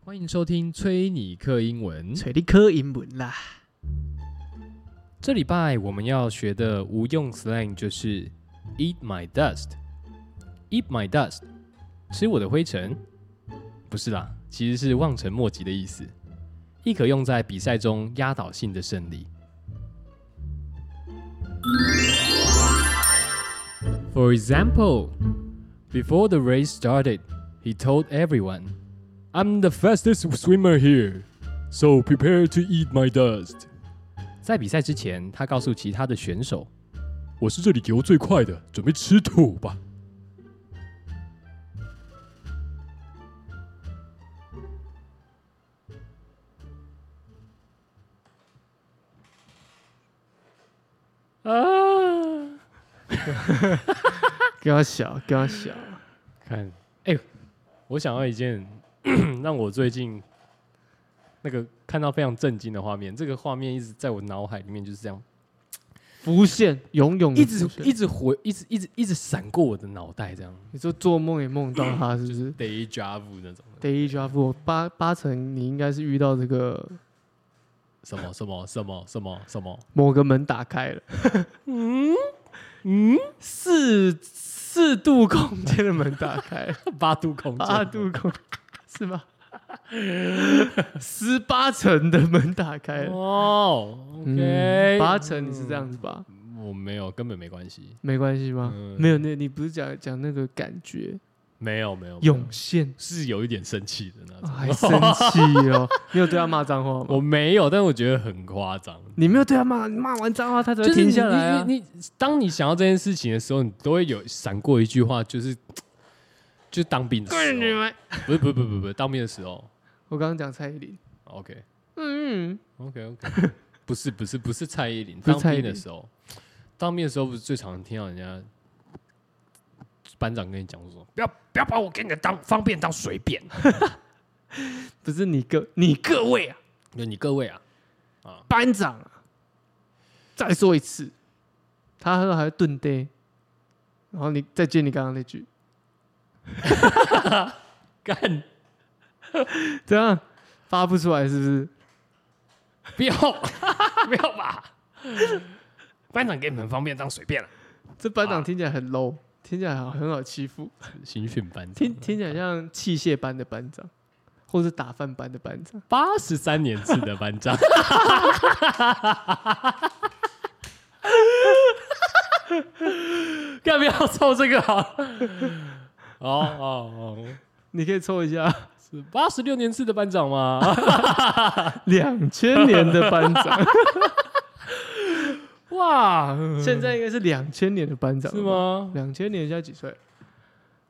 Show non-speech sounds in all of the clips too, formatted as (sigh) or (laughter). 欢迎收听崔尼克英文。嗯找你考英文啦。这礼拜我们要学的无用 slang 就是 “eat my dust”。“eat my dust” 吃我的灰尘？不是啦，其实是望尘莫及的意思，亦可用在比赛中压倒性的胜利。For example, before the race started, he told everyone, "I'm the fastest swimmer here, so prepare to eat my dust." 在比赛之前，他告诉其他的选手：“我是这里游最快的，准备吃土吧。啊！给我小，给我小。看，哎、我想要一件 (clears throat) 让我最近那个看到非常震惊的画面，这个画面一直在我脑海里面就是这样，浮现，永永一直浮现一直回，一直一直一直闪过我的脑袋，这样你说做梦也梦到他，是不是 (laughs) deja vu 那种？Day job，八八成你应该是遇到这个什 (laughs) 么什么什么什么什么，某个门打开 (laughs) 了，嗯，四四度空间的门打开了， (laughs) 八度空间， (laughs) 八度空是吗？十八层的门打开了。哦嗯，OK，八层你是这样子吧？我没有，根本没关系，没关系吗？嗯没有，那你不是讲讲那个感觉没有没有，没有涌现是有一点生气的那啊，种，还生气 (laughs) 哦！你有对他骂脏话吗？我没有，但我觉得很夸张。你没有对他骂，你骂完脏话他才就是会停你下来啊。你你你当你想到这件事情的时候，你都会有闪过一句话，就是就当兵的时干你候，们！不是不是不是不是不是当兵的时候我刚刚讲蔡依林， ，OK 嗯， OK OK，不 (laughs) 是不是不是蔡依林，不当是蔡依兵林的时候，当兵的时候不是最常听到人家班长跟你讲说，不要不要把我给你的当方便当随便，不是你各你各 (laughs) 位啊，就你各位啊，班长啊，再说一次，他还会顿呆，然后你再接你刚刚那句，干怎样发不出来是不是？不要 (laughs) 不要 (laughs) 吧，班长给你们方便当随便了、这班啊长听起来很 low，听起来好很好欺负，新训班长啊听听起来像器械班的班长，或是打饭班的班长。八十三年次的班长。 (laughs) 要不要凑这个好？哦哦哦，你可以抽一下是八十六年次的班长吗？ (laughs) 两千年的班长，哇，现在应该是两千年的班长是了吧？吗？两千年现在几岁？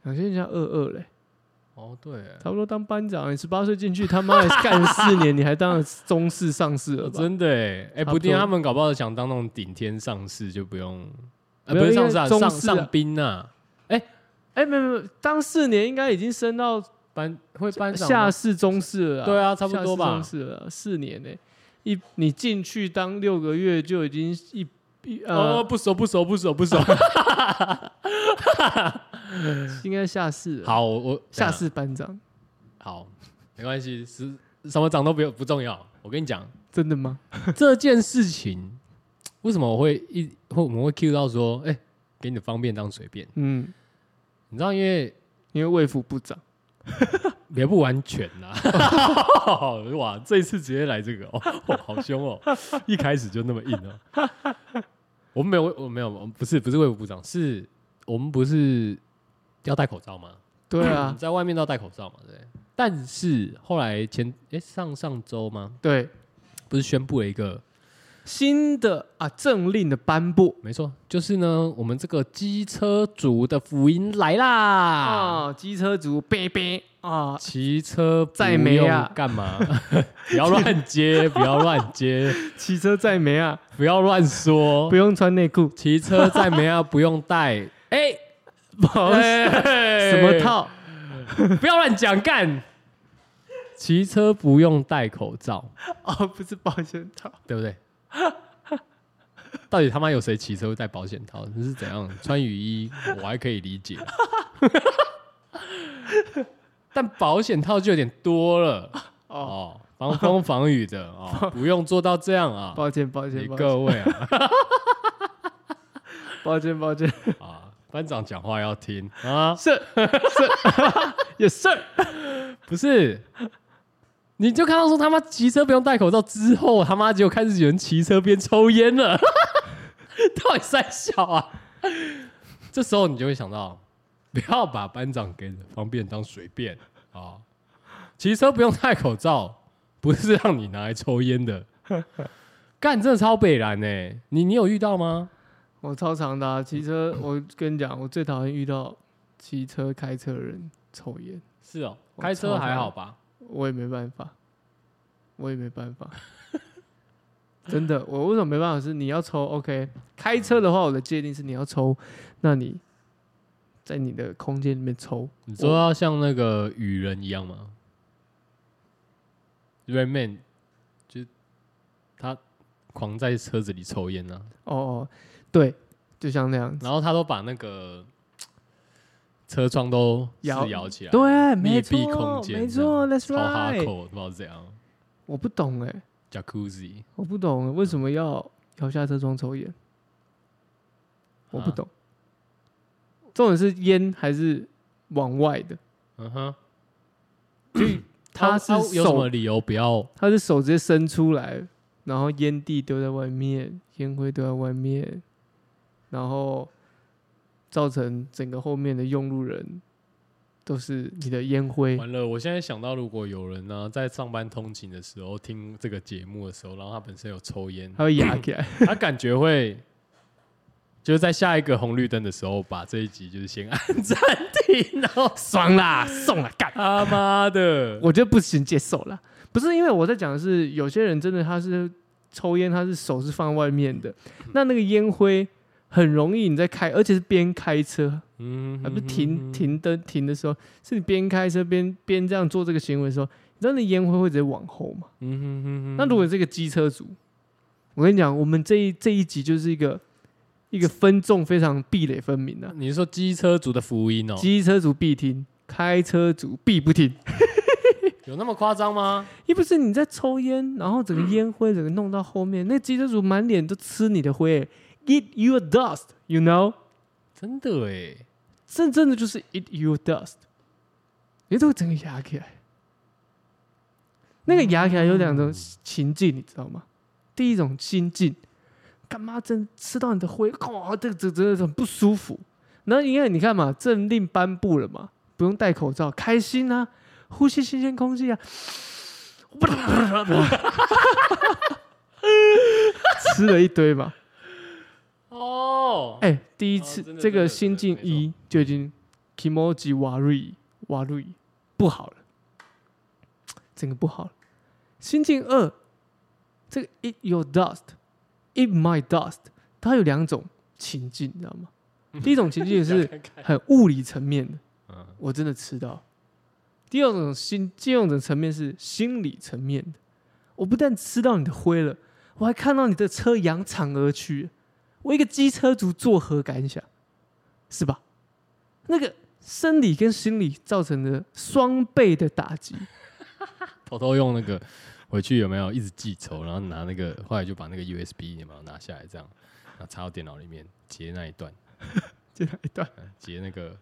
两千年现在二二嘞，哦，对，差不多当班长。你十八岁进去，他 (laughs) 妈的干四年，你还当了中士上士了哦吧？真的哎，哎，差不多不定他们搞不好想当那种顶天上士，就不用，呃没不有是上士啊，因上为中士啊上兵呐， (laughs) 哎，没有没有，当四年应该已经升到班会班长下吗士中士了啊。对啊，差不多下士吧中。士了啊，四年呢。一你进去当六个月就已经一一哦，呃，不熟不熟不熟 (laughs) 不熟。应该下士了。，好，我我下次。士班长，好，没关系，是什么长都不用不重要。我跟你讲真的吗？这件事情，为什么我会一会我们会 cue 到说，哎、给你的方便当随便，嗯，你知道，因为因为卫副部长。也不完全啦。 (laughs) 哇，这一次直接来这个哦，哦好凶哦，一开始就那么硬哦。我们没有，我没有，我们不是不是卫福部长，是我们不是要戴口罩吗？，对啊在外面都要戴口罩嘛，对不对。但是后来前哎、上上周吗？对，不是宣布了一个新的啊政令的颁布没错，就是呢，我们这个机车族的福音来啦！啊，机车族拜拜啊，骑车不在没用啊干嘛？ (laughs) 不要乱接，不要乱接，骑车载煤啊，不要乱说不。用穿内裤，骑车在没啊，不用带。哎、保哎哦啊什么？套？不要乱讲干。骑车不用戴口罩，哦，不是保险 (laughs) 套，对不对？ (laughs) 到底他妈有谁骑车会戴保险套？你是怎样穿雨衣？我还可以理解。 (laughs) 但保险套就有点多了哦，哦，防风防雨的 (laughs) 哦，不用做到这样啊，抱歉抱你歉抱歉各位啊抱歉抱歉，啊，班长讲话要听啊，是是也是 (laughs) 不是。你就看到说他妈骑车不用戴口罩之后，他妈就开始有人骑车边抽烟了， (laughs) 到底在笑啊？这时候你就会想到，不要把班长给的方便当随便啊！骑车不用戴口罩，不是让你拿来抽烟的。干，真的超北然呢、你你有遇到吗？我超常的啊、骑车，我跟你讲，我最讨厌遇到骑车开车的人抽烟，是哦，我开车超还讨好厌吧？我也没办法，我也没办法， (laughs) 真的，我为什么没办法？是你要抽 OK，开车的话，我的界定是你要抽，那你在你的空间里面抽，你说要像那个雨人一样吗？Rainman 就他狂在车子里抽烟啊，哦哦，对，就像那样子，然后他都把那个车窗都是摇摇起来，对，没密错闭空，间没错，That's 超哈 right，口，不知道怎样我不懂哎、 ，Jacuzzi，我不懂为什么要摇下车窗抽烟，我不懂。重点是烟还是往外的，嗯哼，嗯 (clears throat) 他啊是有什么手，理由不要？他是手直接伸出来，然后烟蒂丢在外面，烟灰丢在外面，然后造成整个后面的用路人都是你的烟灰。完了，我现在想到，如果有人呢、啊在上班通勤的时候听这个节目的时候，然后他本身有抽烟，他会压起来， (laughs) 他感觉会就是在下一个红绿灯的时候，把这一集就是先按暂停，然后爽啦，送啦，干！他妈的，我觉得不行接受啦。不是因为我在讲的是，有些人真的他是抽烟，他是手是放外面的，嗯那那个烟灰很容易你在开，而且是边开车，嗯还不是停，停灯停的时候，是你边开车边边这样做这个行为的时候，你知道那烟灰会直接往后嘛？嗯哼哼哼那如果这个机车族，我跟你讲，我们这一这一集就是一个一个分众非常壁垒分明的、嗯你是说机车族的福音哦，机车族必听，开车族必不听。有那么夸张吗？又不是你在抽烟，然后整个烟灰整个弄到后面，那机车主满脸都吃你的灰欸，eat your dust，you know，真的哎， (laughs) 真正的就是 eat your dust，你都会整个压起来。那个压起来有两种情境，你知道吗？第一种心境，干妈真吃到你的灰，哇，这个这真的很不舒服。然后因为你看嘛，政令颁布了嘛，不用戴口罩，开心啊，呼吸新鲜空气啊，吃了一堆嘛。哦，哎、第一次、哦真的这真个的心境真的没一就已经 kimoji 瓦瑞瓦瑞不好了，整个不好了。心境二，这个 eat your dust，eat my dust，它有两种情境，你知道 (laughs) 吗？第一种情境是很物理层面的，嗯我真的吃到。第二种心，第二种层面是心理层面的。我不但吃到你的灰了，我还看到你的车扬长而去。我一个机车族作何感想？是吧？那个生理跟心理造成的双倍的打击，偷偷用那个回去有没有一直记仇，然后拿那个后来就把那个 USB 有没有拿下来这样，然后插到电脑里面截那一段。嗯就来一段。截那个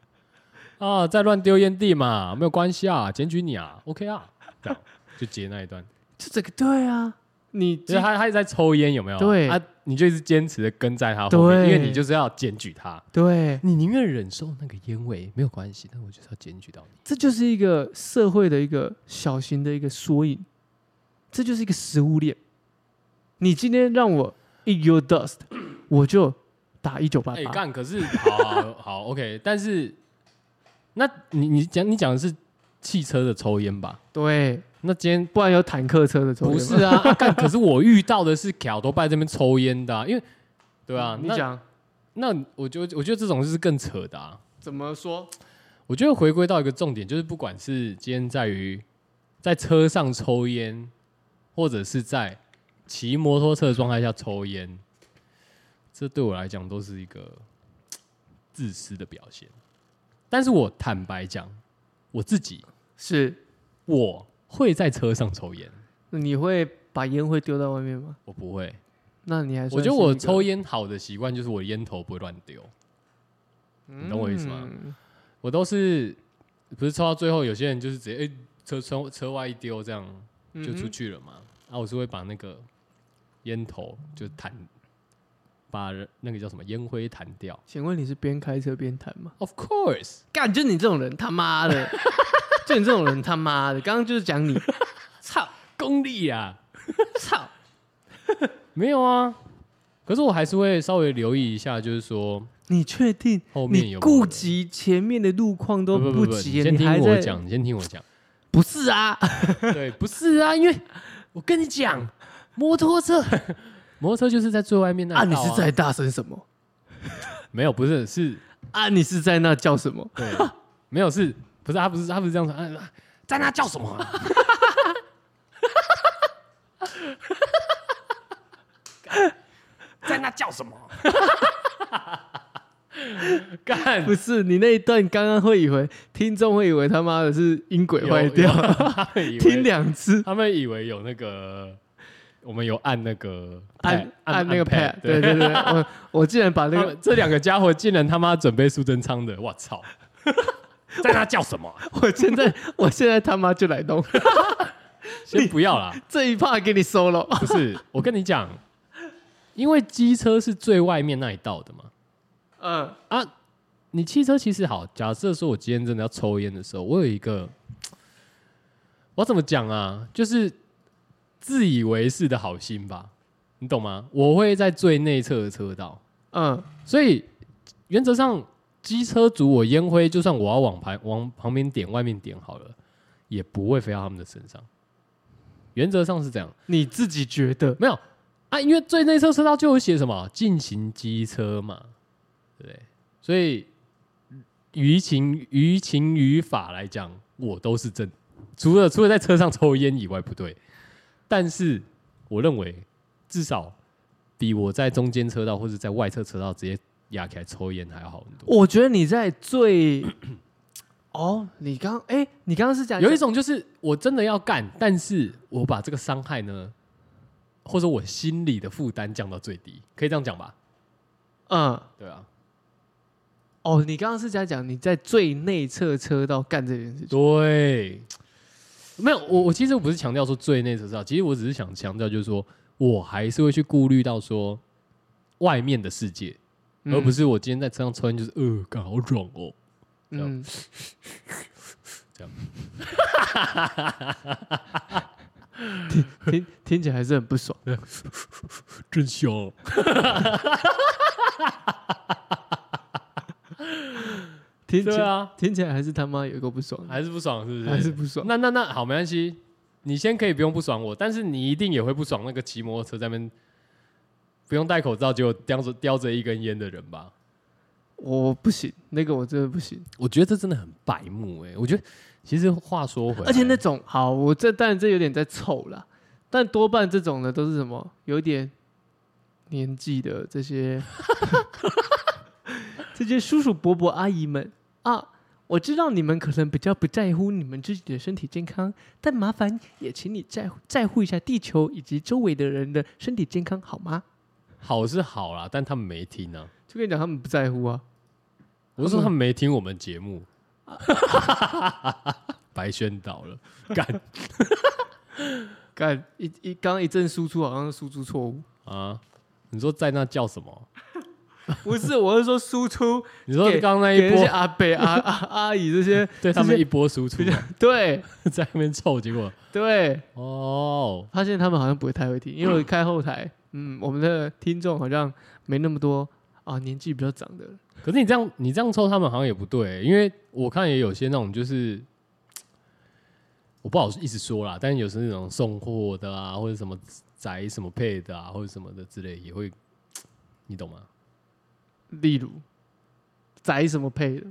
啊，再乱丢烟蒂嘛，没有关系啊，检举你啊，OK 啊，这样就截那一段。就这个对啊，你其实他他一直在抽烟，有没有？对啊，你就一直坚持的跟在他后面，对因为你就是要检举他，对，你宁愿忍受那个烟味没有关系，但我就是要检举到你。这就是一个社会的一个小型的一个缩影，这就是一个食物链。你今天让我 eat your dust，我就打一九八哎，八。干，可是好好好 OK，但是那你你讲你讲的是汽车的抽烟吧？对，那今天不然有坦克车的抽烟不吗是啊，啊干，可是我遇到的是卡多拜这边抽烟的啊，因为对啊，你那讲那我觉得，我觉得这种就是更扯的啊。怎么说？我觉得回归到一个重点，就是不管是今天在于在车上抽烟，或者是在骑摩托车的状态下抽烟，这对我来讲都是一个嘖自私的表现。但是我坦白讲，我自己是我会在车上抽烟，你会把烟灰丢到外面吗？我不会。那你还我算觉是得我一个抽，烟好的习惯就是我烟头不会乱丢，你懂我意思吗？嗯我都是不是抽到最后，有些人就是直接哎、车车车外一丢，这样就出嗯哼去了嘛。啊，我是会把那个烟头就弹，把那个叫什么烟灰弹掉。请问你是边开车边弹吗？ Of course，干，就你这种人他妈 (laughs) 的，就你这种人他妈的，刚刚就是讲你，操功力啊，操，没有啊。可是我还是会稍微留意一下，就是说你确定？后面你有没有顾人及前面的路况都不不不不，及，你先你还听我在？讲，你先听我讲。不 (laughs) 是啊，对，不是啊，因为我跟你讲，摩托 (laughs) 车，摩托车就是在最外面那啊，一你道是在大声什么？没有？不是，是啊，你是在那叫什么？ (laughs) 对，没有是，不是他不是他不是这样说，啊在那叫什么啊、在那叫什么？干 (laughs) 不是，你那一段刚刚会以为听众会以为他妈的是音轨坏掉，，有有他们 (laughs) 以为听两次他们以为有那个，我们有按那个按 pad，按那个 pad， pad，对 (laughs) 对对，我我竟然把那他 (laughs) 个们这两个家伙竟然他妈准备苏贞昌的，我 (laughs) 操！在那叫什么？啊我现在我现在他妈就来弄先不要啦，这一趴给你 solo，不是，我跟你讲，因为机车是最外面那一道的嘛。嗯，啊，你汽车其实好，假设说我今天真的要抽烟的时候，我有一个，我怎么讲啊？就是自以为是的好心吧，你懂吗？我会在最内侧的车道，嗯，所以原则上，机车族我烟灰，就算我要往旁往旁边点、外面点好了，也不会飞到他们的身上。原则上是这样，你自己觉得没有啊，因为最内侧车道就有写什么进行机车嘛，对不对？所以于情于情于法来讲，我都是正，除了除了在车上抽烟以外不对，但是我认为至少比我在中间车道或者在外侧车道直接压起来抽烟还要好很多。我觉得你在最 (coughs) 哦，你刚哎，你刚刚是讲有一种就是我真的要干，但是我把这个伤害呢，或者我心里的负担降到最低，可以这样讲吧？嗯。对啊，哦，你刚刚是在讲你在最内侧车道干这件事情，对，没有我我其实不是强调说最内侧车道，其实我只是想强调就是说我还是会去顾虑到说外面的世界，而不是是我今天在车上抽烟就是呃，干好爽哦， (laughs) 嗯，这样 (laughs) 听听起来还是很不爽。真香。听起对来、啊，听起来还是他妈有一个不爽，还是不爽是不是？还是不爽。那那那好，没关系，你先可以不用不爽我，但是你一定也会不爽那个骑摩托车在那边不用戴口罩就叼着叼着一根烟的人吧？我不行，那个我真的不行。我觉得这真的很白目哎、我觉得其实话说回来，而且那种好，我这当然这有点在臭啦，但多半这种的都是什么有点年纪的这些 (laughs) 这些叔叔伯伯阿姨们啊，我知道你们可能比较不在乎你们自己的身体健康，但麻烦也请你在乎在乎一下地球以及周围的人的身体健康好吗？好是好啦，但他们没听啊。就跟你讲，他们不在乎啊，我是说他们没听我们节目， (laughs) 白宣导了， (laughs) 干干一一刚刚一阵输出好像输出错误，啊！你说在那叫什么？不是，我是说输出。你说给刚刚那给一那些波阿伯、阿阿阿姨这 (laughs) 些，对他这们些一波输出，对 (laughs) 在那边凑，结果对，哦，发现他们好像不会太会听，因为我开后台，嗯，我们的听众好像没那么多啊，年纪比较长的，可是你这样你这样抽他们好像也不对、欸因为我看也有些那种就是。我不好意思说啦，但是有时候那种送货的啊，或者什么宅什么配的啊，或者什么的之类，也会，你懂吗？例如啊宅什么配的，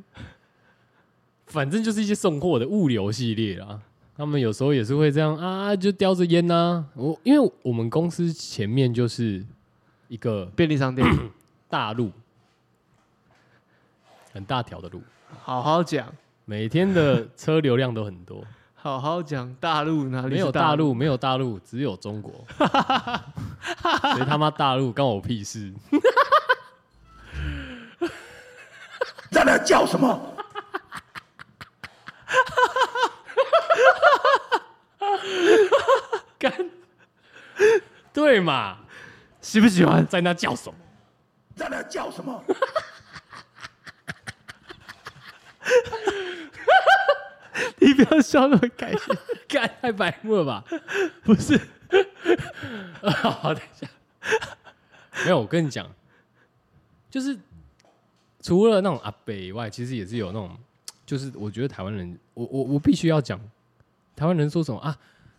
反正就是一些送货的物流系列啦。他们有时候也是会这样啊，就叼着烟呐。我因为我们公司前面就是一个便 (coughs) 利商店，大路，很大条的路，好好讲，每天的车流量都很多。好好讲大陆哪里是没有大大陆，没有大陆，只有中国。谁他妈大陆关我屁事？在那叫什么？干，对嘛？喜不喜欢？在那叫什么？在那叫什么？你不要笑那么开心。干，太白目了吧？哦不是，好，等一下。没有，我跟你讲，就是除了那种阿北以外，其实也是有那种，就是我觉得台湾人，我我我必须要讲，台湾人说什么啊？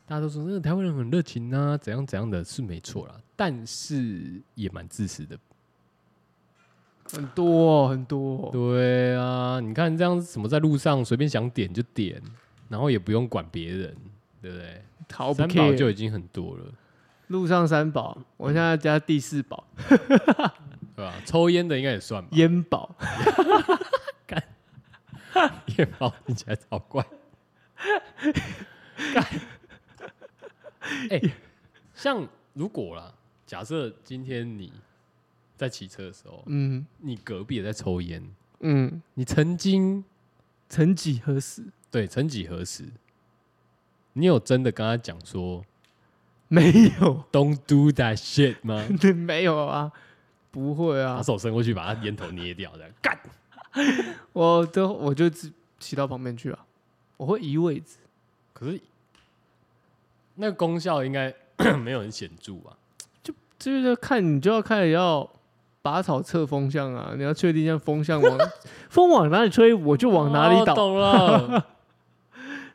大家都说那个台湾人很热情啊，怎样怎样的，是没错啦，但是也蛮自私的。很多、哦、很多、哦，对啊，你看这样什么在路上随便想点就点，然后也不用管别人，对不对？逃哦不三宝 care 就已经很多了，路上三宝，我现在加第四宝对吧？抽烟的应该也算吧。烟宝， (laughs) 夜猫听起来超 (laughs) 怪。干，哎、像如果啦，假设今天你在骑车的时候，嗯你隔壁也在抽烟，嗯，你曾经曾几何时对曾几何时，你有真的跟他讲说没有？ (laughs) “Don't do that shit” (laughs) 吗？没有啊，不会啊把，手伸过去，把他烟头捏掉，这样干。我都我就自骑到旁边去啊，我会移位置，可是那个功效应该 (coughs) 没有很显著吧？就是看你就要看你要拔草测风向啊，你要确定一下风 (laughs) 向往风往哪里吹，我就往哪里哦倒，懂了。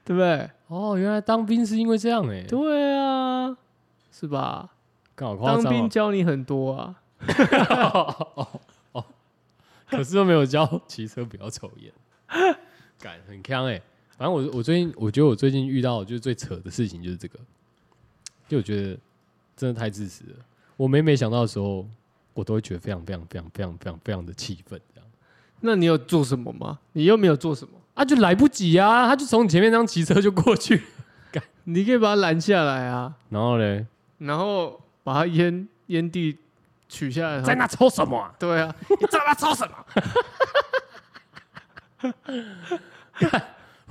对不对？哦，原来当兵是因为这样哎、欸，对啊，是吧？刚好夸当张兵哦。教你很多啊， (laughs) 可是都没有教骑车不要抽 (laughs) 烟，敢很呛哎、欸。反正我我最近我觉得我最近遇到就是最扯的事情就是这个，就我觉得真的太自私了。我每每想到的时候，我都会觉得非常非常非常非常非常非常的气愤，这样那你有做什么吗？你又没有做什么，啊就来不及啊，他就从你前面这样骑车就过去，你可以把它拦下来啊，然后嘞然后把它烟烟蒂取下来，在然后那抽什么、啊？对啊，你在那抽什么？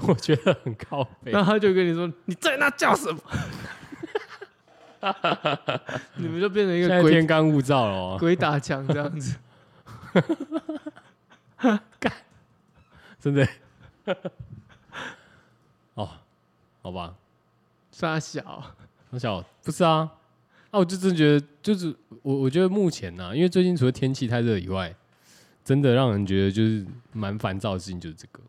我觉得很靠背。那他就跟你说你在那叫什么？你们就变成一现个在鬼天干物燥了、哦，鬼打墙这样子， (laughs) 真的。 (laughs) 哦，好吧，傻小，那小不是啊，啊，我就真的觉得，就是我我觉得目前呢、因为最近除了天气太热以外，真的让人觉得就是蛮烦躁的事情就是这个。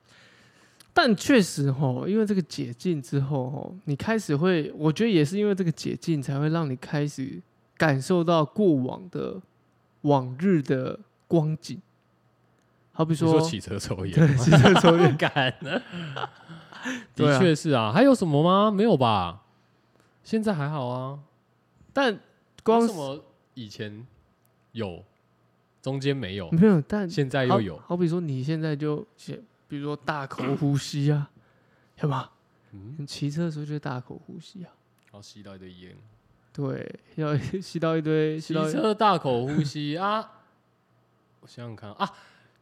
但确实吼，因为这个解禁之后吼，你开始会，我觉得也是因为这个解禁，才会让你开始感受到过往的往日的光景。好比你说说，骑车抽烟， (laughs) 对，骑车抽 (laughs) 烟，(laughs) 干的，对的啊确是啊。还有什么吗？没有吧？现在还好啊。但光光什么以前有，中间没有，没有，但现在嗯好又有，好比说，你现在就写，比如说大口呼吸啊， (coughs) 有吗？嗯，你骑车的时候就大口呼吸啊，然后吸到一堆烟，对，要 (laughs) 吸到一堆，吸骑到一车大口呼 (laughs) 吸啊！我想想看啊，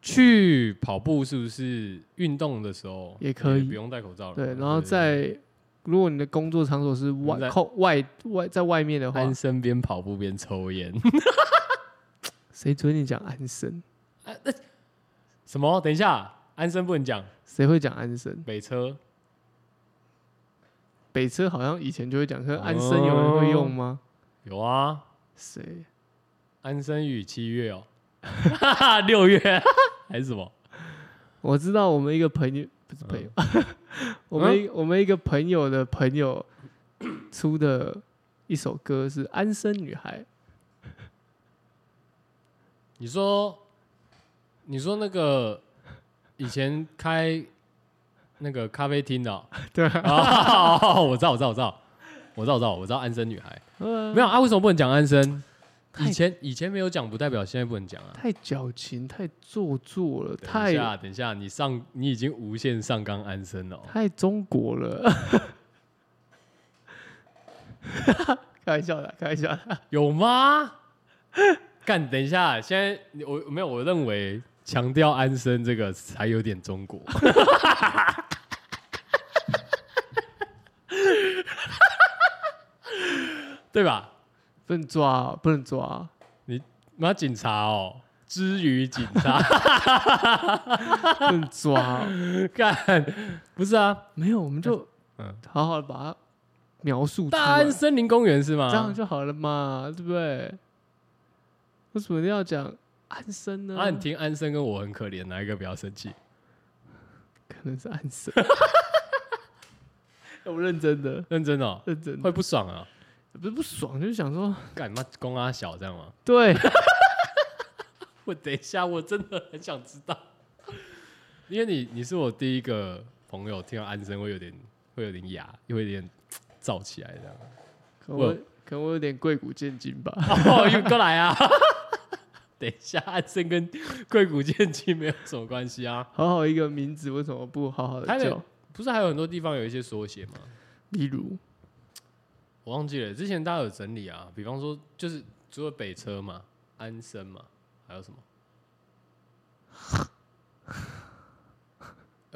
去跑步是不是运动的时候也可以不用戴口罩了嘛？对，然后不对在如果你的工作场所是我们在外靠外外在外面的话安，身边跑步边抽烟， (laughs) 谁准你讲安生？什么？等一下，安身不能讲，谁会讲安生？北车北车好像以前就会讲，可是安生有人会用吗？有啊，谁？安生与七月哦， (laughs) 哈哈，六月 (laughs) 还是什么？我知道我们一个朋友不是朋友，嗯 (laughs) 我们一我们一个朋友的朋友出的一首歌是《安生女孩》，你说，你说那个以前开那个咖啡厅的哦、 (laughs) 对啊，哦，我知道，我知道，我知道，我知道，我知道，我知道安生女孩对啊没有啊？为什么不能讲安生？太以前以前没有讲，不代表现在不能讲啊。太矫情、太做作了，等太一下，等一哦下，你上你已经无限上纲安生了哦、太中国了。 (laughs) 开玩笑的，开玩笑的。有吗？干，等一下，现在你我没有，我认为强调安生这个才有点中国。 (laughs) 对吧？不能抓啊、不能抓啊、妈警察哦，之于警察 (laughs) 不能抓啊、干，不是啊？ (laughs) 没有，我们就嗯好好的把它描述出大来，安森林公园是吗？这样就好了嘛，对不对？为什么一定要讲安生呢？啊，你听安生跟我很可怜，哪一个比较生气？可能是安生。 (laughs) 我认真的，认真哦，认真会的，不爽啊？不是不爽，就是想说，干妈公阿小这样吗？对， (laughs) 我等一下，我真的很想知道，因为你你是我第一个朋友，听到安生会有点会有点哑，又会有点燥起来这样。可能我我可能我有点贵骨见金吧。哦，又过来啊！ (laughs) 等一下，安生跟贵谷剑姬没有什么关系啊，好好一个名字，为什么不好好的还没叫有？不是还有很多地方有一些缩写吗？例如， (laughs) 我忘记了，之前大家有整理啊，比方说就是除了北车嘛、安生嘛，还有什 (laughs) 么？哎、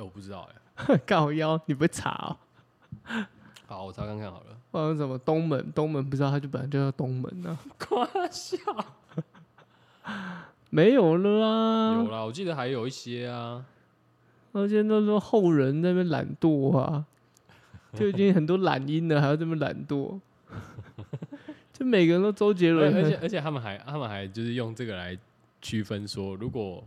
我不知道哎、告腰，你不会查哦？好，我查看看好了。好像什么东门，东门不知道，它就本来就叫东门啊，夸笑没有了啊。有啦，我记得还有一些啊，而且那时候后人在那边懒惰 (laughs) 啊，就已经很多懒音了，还要这么懒 (laughs) 惰，就每个人都周杰而伦，而且而且他们还他们还就是用这个来区分说，如果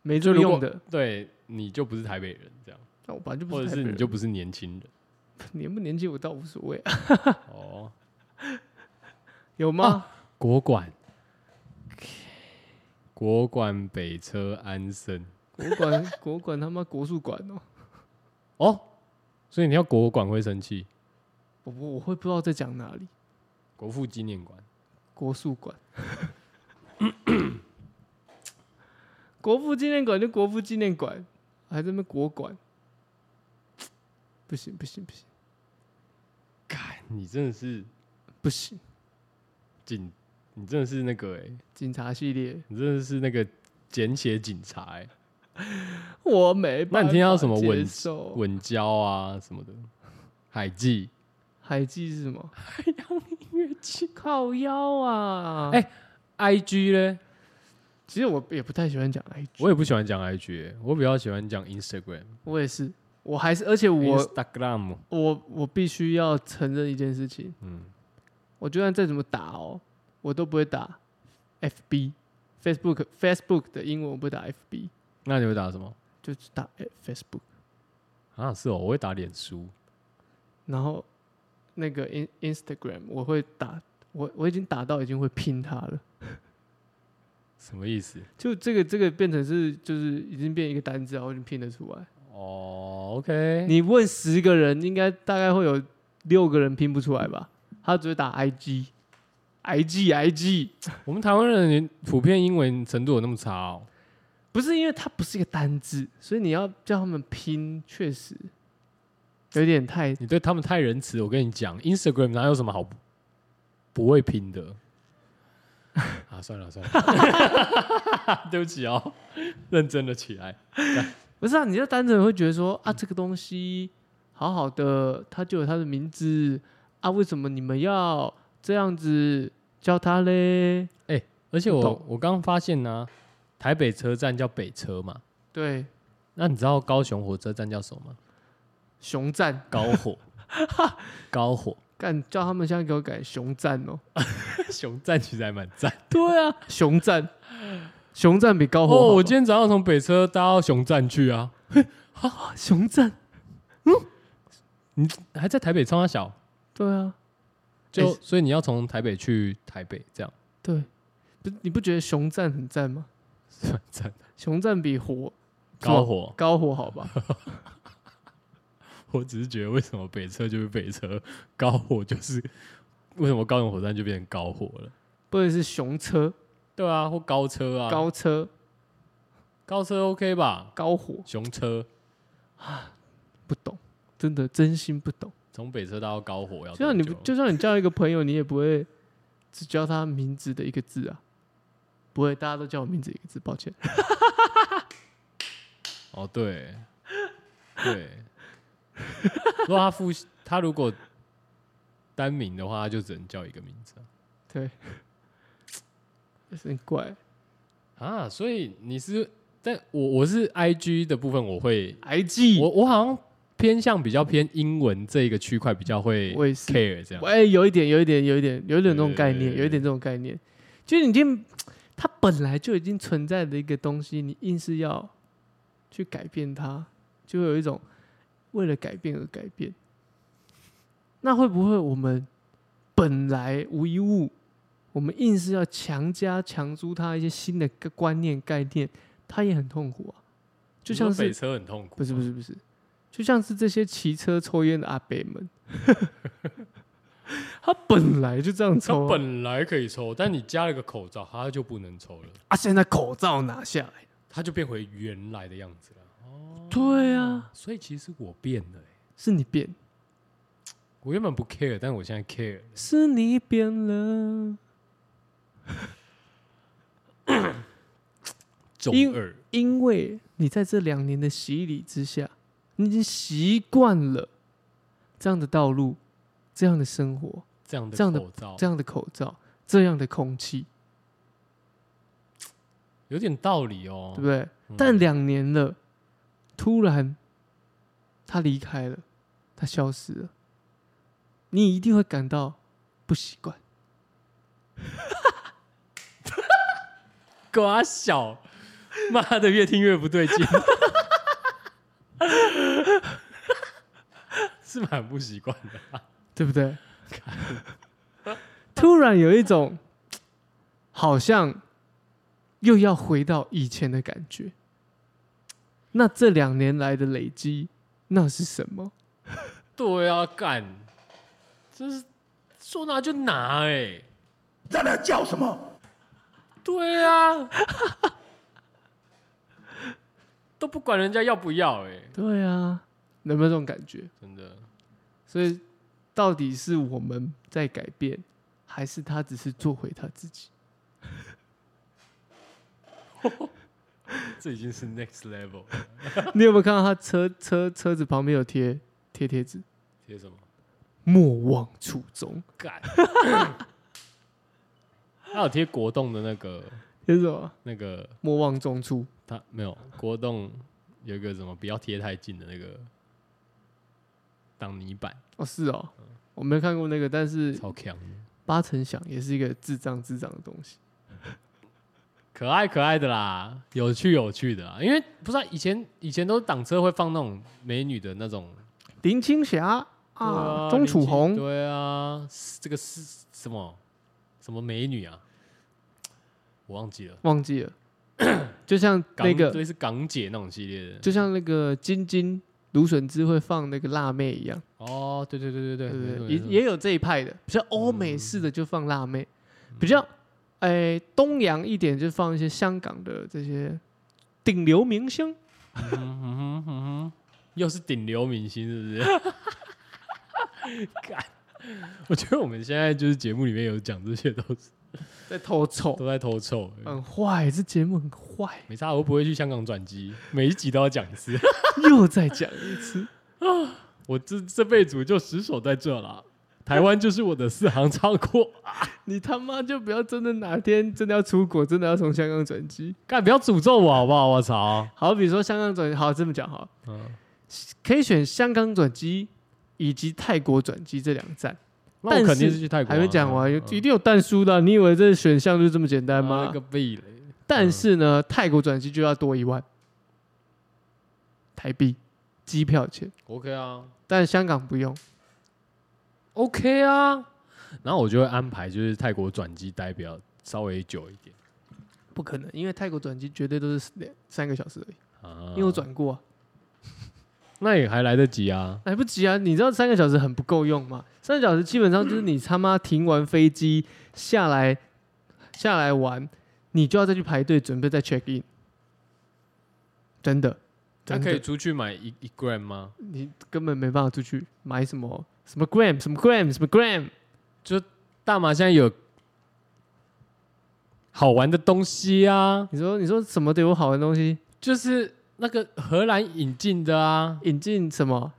没就作如果用的。啊对你就不是台北人这样，那我本来就不或者是是台北你人就不是年轻 (laughs) 人年不年纪我倒无所谓、 (laughs) 啊，哦。有吗？国馆，国馆北车安生国馆国馆他妈国术馆哦，哦，所以你要国馆会生气，我不我会不知道在讲哪里，国父纪念馆国术 (coughs) 馆。国父纪念馆就国父纪念馆，还在那边国馆，不行不行不行哎你真的是不行，警，你真的是那个哎、警察系列你真的是那个简写警察哎、我没办法那你听到什么接文受？稳交啊什么的，海记。海记是什么？海洋音乐季靠腰啊！哎 I G 呢，其实我也不太喜欢讲 IG，我也不喜欢讲 I G，、我比较喜欢讲 Instagram。我也是，我还是，而且我 Instagram，我我必须要承认一件事情，嗯，我就算再怎么打哦，我都不会打 FB、Facebook、Facebook 的英文，我不会打 FB，那你会打什么就是打 Facebook，啊？是哦，我会打脸书。然后那个 In Instagram 我会打，我我已经打到已经会拼它了。什么意思？就这个这个变成是就是已经变一个单字啊，我已经拼得出来。哦，OK，你问十个人，应该大概会有六个人拼不出来吧？他只会打 IG。I G I G 我们台湾人普遍英文程度有那么差哦？不是因为它不是一个单字，所以你要叫他们拼，确实有点太你对他们太仁慈，我跟你讲，Instagram 哪有什么好不不会拼 (laughs) 的？啊，算了算了， (laughs) 对不起哦，认真的起来。不是啊。你就单纯会觉得说啊，这个东西好好的，它就有它的名字啊，为什么你们要这样子叫它嘞？而且不我懂我刚发现呢、台北车站叫北车嘛，对，那你知道高雄火车站叫什么吗？熊赞高火， (laughs) 高 (laughs) 火，干叫他们现在给我改熊赞哦。熊站其实还蛮赞。对啊，熊站，熊站比高火好吧。哦，我今天早上从北车搭到熊站去啊，啊熊站，还在台北冲他小，对啊，就、哎所以你要从台北去台北这样， (laughs) 对，不是，你不觉得熊站很赞吗？是蛮赞的。熊站比火高火，高火好吧？ (laughs) 我只是觉得为什么北车就是北车，高火就是为什么高雄火车站就变成高火了？不者是熊车、对啊，或高车啊，高车、高车 OK 吧？高火，熊车不懂，真的真心不懂。从北车到高火要就像你多不，久就算你叫一个朋友，你也不会只叫他名字的一个字啊，不会，大家都叫我名字一个字，抱歉。哦，对，对。如果他复他如果单名的话，他就只能叫一个名字对， (laughs) 有点怪。啊。啊所以你是，但我我是 I G 的部分，我会 IG，我我好像偏向比较偏英文这一个区块比较会我也是 care 这样。哎、有一点，有一点，有一点，有一点这种概对对念，对有一点这种概念，就是你已经它本来就已经存在的一个东西，你硬是要去改变它，就会有一种为了改变而改变。那会不会我们本来无一物，我们硬是要强加强租它一些新的观念概念，它也很痛苦啊。就你说像是北车很痛苦，不是不是不是，就像是这些骑车抽烟的阿伯们， (laughs) 他本来就这样他抽啊、本来可以抽，但你加了个口罩，他就不能抽了，啊，现在口罩拿下来，他就变回原来的样子了。哦，对啊，所以其实我变了欸、是你变，我原本不 care，但我现在 care 了。是你变了，中因二，因为你在这两年的洗礼之下，你已经习惯了这样的道路，这样的生活，这样的这样的口罩，这样的口罩，这样的空气，有点道理哦对。不对？嗯但两年了，突然他离开了，他消失了，你一定会感到不习惯。瓜小，妈的，越听越不对 (laughs) 劲，是蛮不习惯的。对不 (laughs) 对？突然有一种好像又要回到以前的感觉。那这两年来的累积，那是什么？对啊，干，真是说拿就拿哎、在那叫什么？对啊，都不管人家要不要哎、对啊，有没有这种感觉？真的。所以，到底是我们在改变，还是他只是做回他自己？这已经是 next level 了。 (laughs) 你有没有看到他车车车子旁边有贴贴贴纸？贴什么？莫忘初衷， (laughs) 干。他有贴国栋的那个贴什么？那个，莫忘中初。他没有国栋有一个什么不要贴太近的那个挡泥板，哦，是哦，我没有看过那个，但是超强的，八成想也是一个智障智障的东西。可爱可爱的啦，有趣有趣的啦。因为不知道以前以前都是挡车会放那种美女的那种林青霞啊，钟林楚青红，对啊，是这个是什么什么美女啊？我忘记了，忘记了，就像港那个，对是港姐那种系列的，就像那个晶晶芦笋汁会放那个辣妹一样，哦，对对对对对对对，不对？也也有这一派的，比较嗯欧美式的就放辣妹，比较哎东洋一点就放一些香港的这些顶流明星，嗯又是顶流明星，是不是？ (laughs) 干，我觉得我们现在就是节目里面有讲这些，都是在偷臭，都在偷臭。很坏，这节目很坏， (laughs) 没差，我又不会去香港转机，每一集都要讲一次。 (laughs) 又再讲一次。 (laughs) 我这这辈子就死守在这了，台湾就是我的四行仓库。你他妈就不要真的哪天真的要出国，真的要从香港转机。干，不要诅咒我好不好？我操！好，比如说香港转，好这么讲好，嗯，可以选香港转机以及泰国转机这两站。那我但肯定是去泰国啊。还没讲完，有嗯一定有淡书的啊、你以为这选项就这么简单啊吗？那个壁垒，但是呢，泰国转机就要多一万台币机票钱， OK 啊但香港不用。 ，OK 啊。然后我就会安排就是泰国转机待比较稍微久一点。不可能，因为泰国转机绝对都是两三个小时而已，啊因为我转过、啊。那也还来得及啊。来不及啊！你知道三个小时很不够用吗？三个小时基本上就是你他妈停完飞机下来，下来玩，你就要再去排队准备再 check in。真的，他真可以的，出去买一一 gram 吗？你根本没办法出去买什么什么 gram 什么 gram 什么 gram，大麻现在有好玩的东西啊，你说你说什么对我好的东西就是那个荷兰引进的啊，引进什么？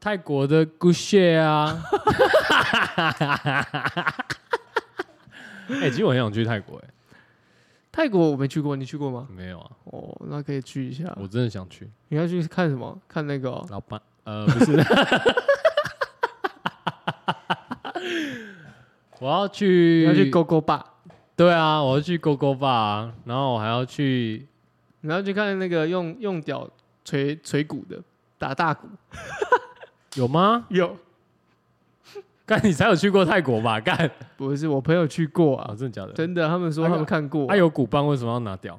泰国的 Good Share 啊。 (laughs) 哎、其实我很想去泰国、哎，泰国我没去过，你去过吗？没有啊，哦，那可以去一下。我真的想去。你要去看什么？看那个哦、啊老板，呃，不 (laughs) 是，我要你去，要去勾勾吧，对啊，我要去勾勾吧、啊，然后我还要去，你要去看那个用用屌捶捶鼓的，打大鼓。有吗？有，干，你才有去过泰国吧？干，不是我朋友去过啊，啊，真的假的？真的，他们说哎呦他们看过啊，他、有鼓棒为什么要拿掉？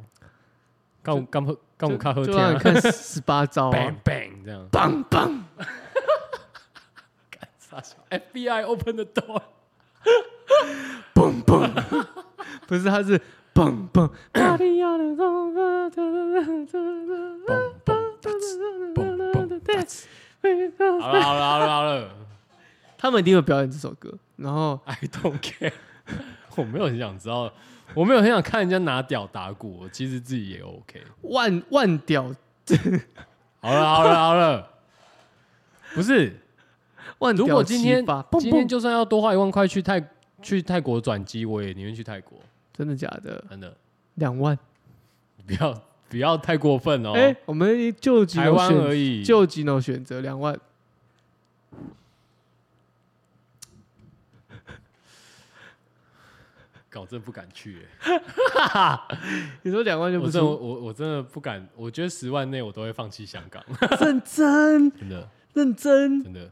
干我干喝干我看喝就天、让你啊、看十八招啊 (laughs) ，bang，bang 这样棒棒， ，FBI open the door，不是，(coughs) 他是棒棒，嘣嘣嘣嘣嘣，好了好了好了好了他们一定会表演这首歌，然后，I don't care，我没有很想知道，我没有很想看人家拿屌打鼓，我其实自己也 OK。万万屌好了好了好了，不 (laughs) 是，万屌如果今天齐发蹦今天蹦，就算要多花一万块去泰去泰国转机，我也宁愿去泰国，真的假的？真的，两万，不要不要太过分哦。哎，我们就几台湾而已，就几种选择两万，搞真不敢去、欸。你说两万就我不真的出，我我真的不敢，我觉得十万内我都会放弃香港， (laughs) (laughs) 认真真的认真，真的，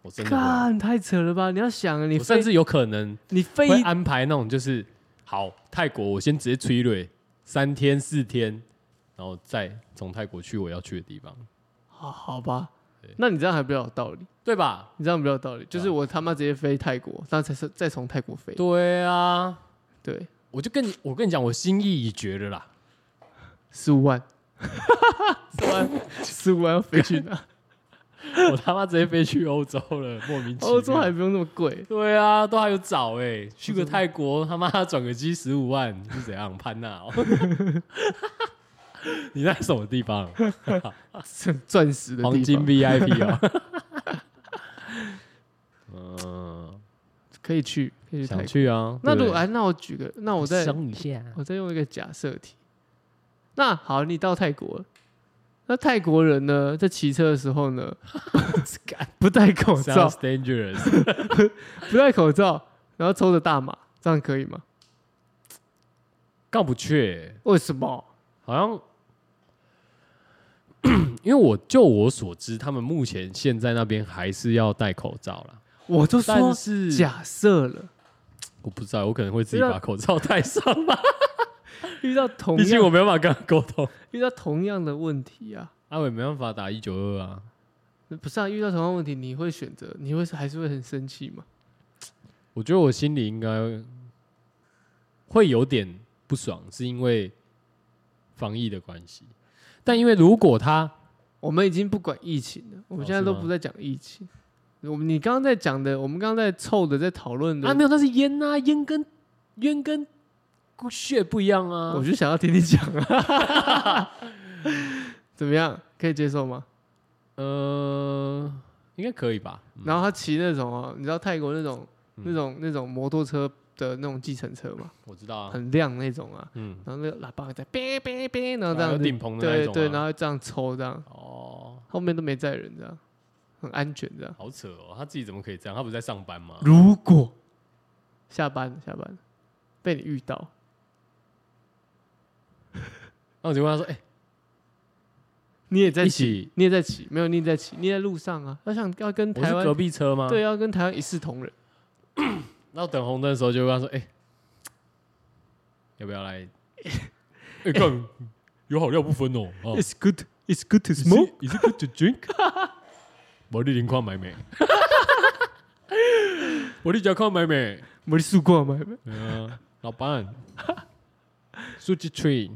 我真的会，看太扯了吧？你要想啊，你我甚飞至有可能你飞会一安排那种就是好泰国，我先直接催蕊三天四天，然后再从泰国去我要去的地方，好好吧对，那你这样还比较有道理，对吧？你这样比较有道理。就是对啊我他妈直接飞泰国，然后才是再从泰国飞。对啊，对，我就跟你我跟你讲，我心意已决了啦， (laughs) 十五万， (laughs) 十五万要飞去哪？我他妈直接飞去欧洲了，莫名其妙。 (laughs) 欧洲还不用那么贵，对啊，都还有找哎、去个真的泰国他妈转个机十五 (laughs) 万是怎样？潘娜、哦， (laughs) 你在什么地方？是钻石的地方黄金 VIP (laughs) 哦。嗯，可以去，可以去泰想国。去啊？那对如不对果哎，那我举个，那我再想一下，我再用一个假设题。那好，你到泰国了，那泰国人呢，在骑车的时候 (laughs) 呢，不戴口罩 Sounds，dangerous。不戴口罩，然后抽着大麻，这样可以吗？干不去欸、为什么？好像。 (clears throat) 因为我就我所知，他们目前现在那边还是要戴口罩啦。我就但说是假啊设了，我不知道，我可能会自己不知道把口罩戴上吧。 (laughs) 遇到同毕竟样我没办法跟他沟通。遇到同样的问题啊， (laughs) 阿伟没办法打一九二啊，不是啊？遇到同样问题，你会选择，你会还是会很生气吗？我觉得我心里应该会有点不爽，是因为防疫的关系。但因为如果他我们已经不管疫情了，我们哦现在是都吗不再讲疫情。我们你刚刚在讲的，我们刚刚在凑的，在讨论的，啊没有，那是烟啊，烟跟烟跟血不一样啊。我就想要听你讲啊， (laughs) 怎么样？可以接受吗？呃，应该可以吧？嗯然后他骑那种哦，你知道泰国那种、嗯那种那种摩托车的那种计程车嘛，我知道啊，很亮那种啊，嗯，然后那个喇叭在哔哔哔，然后这然后样子顶棚的那一对种、啊，对，然后这样抽这样，哦，后面都没载人这样，很安全这样。好扯哦，他自己怎么可以这样？他不是在上班吗？如果下班了下班了被你遇到，那我就问他说，哎、你也在一骑，起，你也在骑，没有你也在骑，你也在路上啊，要想要跟我台是湾隔壁啊车吗？对，要跟台湾一视同仁。然后等红灯的时候就会跟他说：“哎、 (laughs) 要不要来？哎、干，有好料不分哦。啊 (laughs) 哦 It's good, It's good to Is smoke it, is it good to drink？无 (laughs) 你零看买 (laughs) 咩？无你只看买咩？没你试过吗？对啊，老 (laughs) 板，数据 tree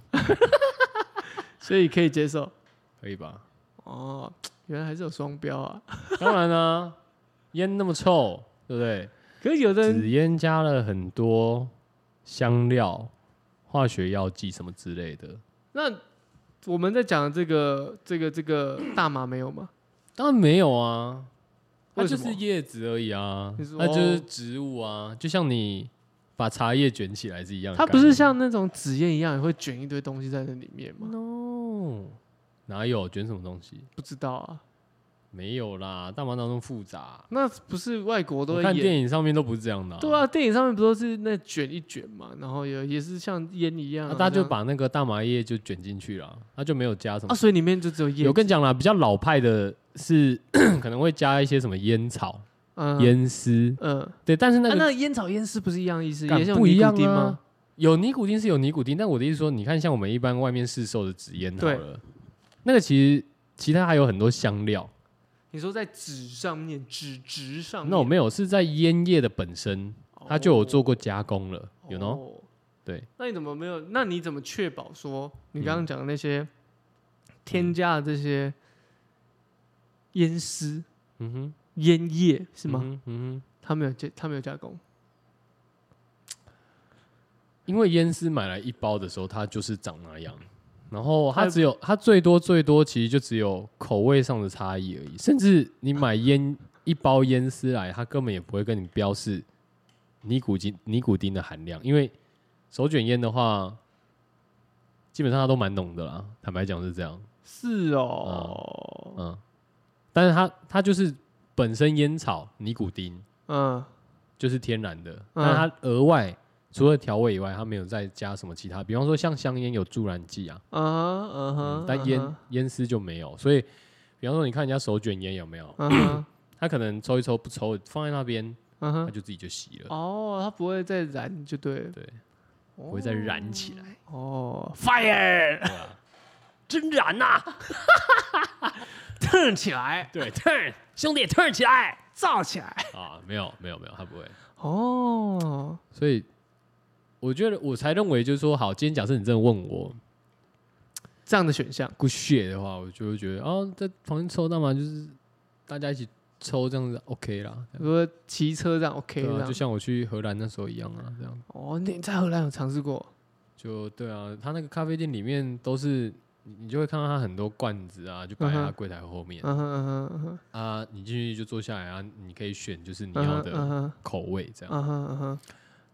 所以可以接受。可以吧？哦，原来还是有双标啊。当然啦、啊烟那么臭，对不对？可是有的人纸烟加了很多香料、化学药剂什么之类的，那我们在讲这个这个这个大麻没有吗？当然没有啊，它为就什么是叶子而已啊你，说它就是植物啊，就像你把茶叶卷起来是一样的它概念。不是像那种纸烟一样，也会卷一堆东西在那里面吗？ no，哪有卷什么东西？不知道啊。没有啦，大麻当中复杂。那不是外国都我会看演电影上面都不是这样的、对啊，电影上面不都是那卷一卷嘛，然后也也是像烟一样、啊，啊，大家就这样把那个大麻叶就卷进去了，他就没有加什么啊，所以里面就只有烟，有跟你讲啦，比较老派的是 (coughs) 可能会加一些什么烟草、嗯烟丝，嗯，啊对，但是那那个、个烟草烟丝不是一样意思，感也是有不一样尼古丁啊吗？。有尼古丁是有尼古丁，但我的意思说，你看像我们一般外面市售的纸烟好了，那个其实其他还有很多香料，你说在纸上面，纸质上面，那我没有是在烟叶的本身，哦它就有做过加工了，有 you know？哦对，那你怎么没有？那你怎么确保说你刚刚讲的那嗯些添加的这些烟丝、嗯哼，烟叶是吗？嗯哼嗯它没有加，它没有加工。哼，因为烟丝买来一包的时候，它就是长那样。然后它它只有它最多最多其实就只有口味上的差异而已，甚至你买烟一包烟丝来，它根本也不会跟你标示尼古丁尼古丁的含量，因为手卷烟的话，基本上它都蛮浓的啦，坦白讲是这样，是哦，嗯，但是它它就是本身烟草尼古丁嗯，就是天然的，但它额外除了调味以外，它没有再加什么其他，比方说像香烟有助燃剂啊，嗯哼嗯嗯哼，但烟烟丝就没有，所以比方说你看人家手卷烟有没有，嗯哼， (clears throat) 他可能抽一抽不抽，放在那边，他嗯哼，就自己就熄了，哦，它不会再燃就对了，对，不不会再燃起来，哦，fire，对啊，真燃呐、 (laughs) turn 起来，对，turn 兄弟 turn 起来造起来，啊，没有没有没有，他不会，哦，所以我觉得我才认为就是说，好，今天假设你真的问我这样的选项，不屑的话，我就会觉得哦，在房间抽大麻就是大家一起抽这样子 OK 啦，比如说骑车这样 OK 对这啊，样就，像我去荷兰那时候一样啊，这样。哦，你在荷兰有尝试过？就对啊，他那个咖啡店里面都是，你你就会看到他很多罐子啊，就摆在嗯他哼柜台后面、嗯哼嗯哼嗯哼啊，你进去就坐下来啊，你可以选就是你嗯要哼嗯的哼口味这样，嗯哼嗯哼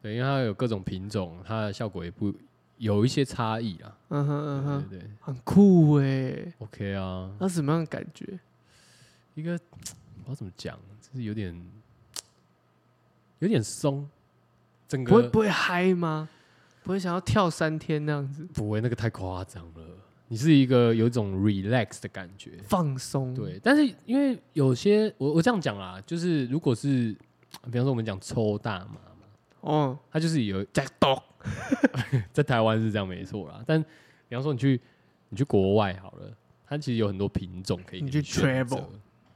对，因为它有各种品种，它的效果也不有一些差异啦，嗯哼嗯哼，对对对很酷哎， ，OK 啊，那什么样的感觉？一个我要怎么讲，就是有点有点松，整个不会不会嗨吗？不会想要跳三天那样子不会那个太夸张了，你是一个有一种 relax 的感觉，放松？，对，但是因为有些我我这样讲啦，就是如果是比方说我们讲抽大麻嘛，哦，它就是有加 (laughs) 毒，在台湾是这样没错啦，但比方说你去你去国外好了，它其实有很多品种可以给你去选择 travel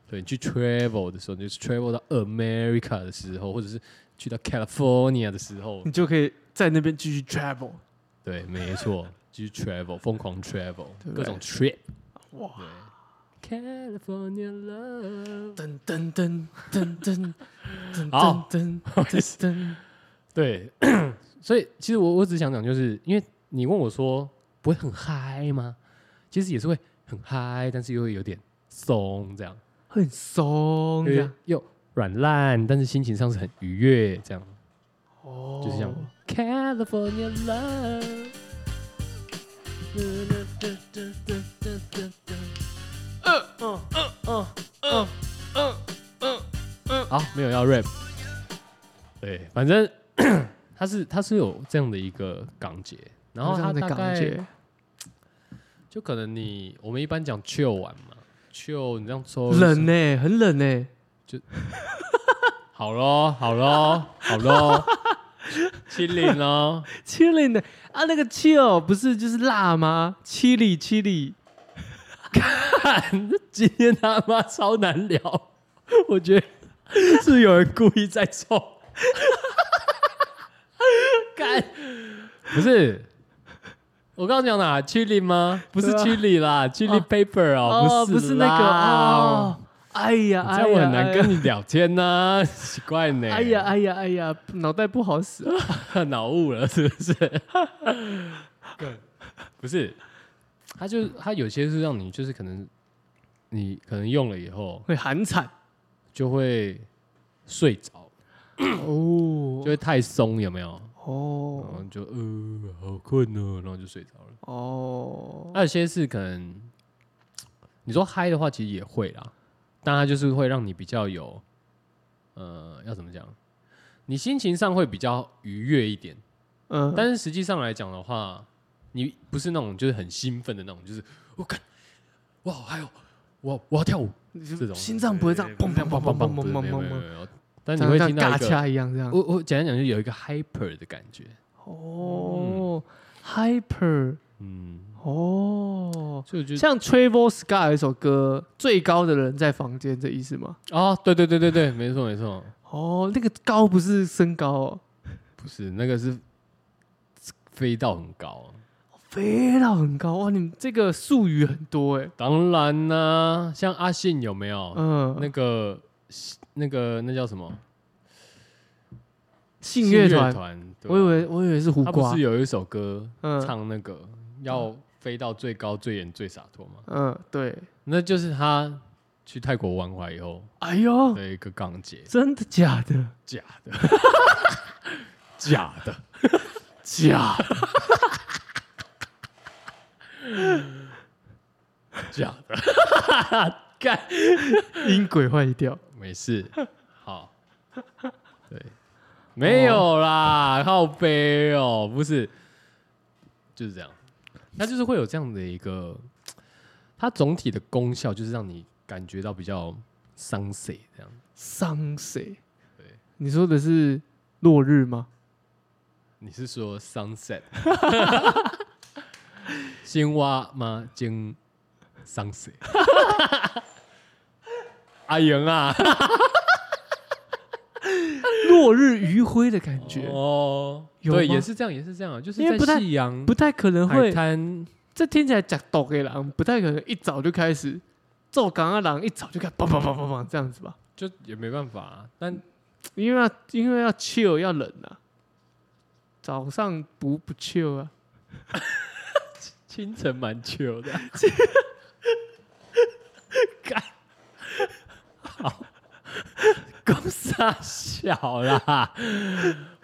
对，你去 travel 的时候，你就是 travel 到 America 的时候，或者是去到 California 的时候 (laughs) 你，就可以在那边继续 travel。对，没错，继续 travel，疯狂 travel，对不对各种 trip，哇，对，California love，噔噔噔噔噔噔好噔噔噔噔，对， (clears throat) 所以其实我我只想讲，就是因为你问我说不会很嗨吗？其实也是会很嗨，但是又会有点松，这样，很松这样。又软烂，但是心情上是很愉悦，这样，哦，就是这样。California love。好，呃没有要 rap。对，反正 (coughs) 它是它是有这样的一个港姐，然后这它样的大感概觉，就可能你我们一般讲 chill 玩嘛，chill 你这样抽冷呢、很冷欸呢、好咯，好咯，好 (laughs) 咯，清零咯，七零的啊，那个 chill 不是就是辣吗？七里七里，看，今天他妈超难聊，我觉得是有人故意在冲。 (laughs) 干，不是，我刚刚讲哪？Chili 吗？不是对啊 Chili 啦，Chili 哦 paper 哦，哦，不不是是啦那个哦，哎呀，这哎呀样我很难跟欸你，你聊天呐、 (laughs) 奇怪呢。哎呀，哎呀，哎呀，脑袋不好使啊，脑雾了 (laughs) 是不是？不是，他就他有些是让你就是可能你可能用了以后会寒惨就会睡着，就哦，会太松，有没有？然哦后就呃好困哦，然后就睡着了。哦，还有些是可能你说嗨的话，其实也会啦，但它就是会让你比较有呃要怎么讲，你心情上会比较愉悦一点。嗯，但是实际上来讲的话，你不是那种就是很兴奋的那种，就是我看，哇，还有我我要跳舞这种，心脏不会这样砰砰砰砰砰砰砰砰砰，嗯砰，但你像会像听到一尬个，掐一样这样我，我简单讲就有一个 hyper 的感觉，哦，hyper，嗯，哦。所以我就像 Travel Sky 有一首歌《最高的人在房间》，这意思吗？哦，对对对对对，没错没错，哦，那个高不是身高哦，不是那个是飞到很高，飞到很高哇！你们这个术语很多哎、当然啦、像阿信有没有、嗯，哦那个那个那叫什么信乐团，团，对我以为我以为是胡他不瓜是，有一首歌嗯唱那个、要飞到最高、最远、最洒脱吗？嗯，对，那就是他去泰国玩回来以后哎呦，的一个港姐，真的假的？假 (laughs) 的，假的，假假的，干，音轨坏掉，没事，好，对，没有啦，靠背哦，不是，就是这样，它就是会有这样的一个，它总体的功效就是让你感觉到比较伤谁这样。伤谁？对，你说的是落日吗？你是说 sunset？青蛙吗？经 sunset？阿莹啊， (laughs) 落日余晖的感觉，哦，有对，吗也是这样，也是这样，啊就是因为不在太夕阳不太可能海会。滩，这听起来假抖给狼，不太可能一早就开始。做港啊狼一早就开始砰砰砰砰砰这样子吧，就也没办法、啊。但因为要因为要 chill 要冷啊，早上不不 chill 啊，清晨蛮 chill (laughs) 的，干，好，公傻小啦，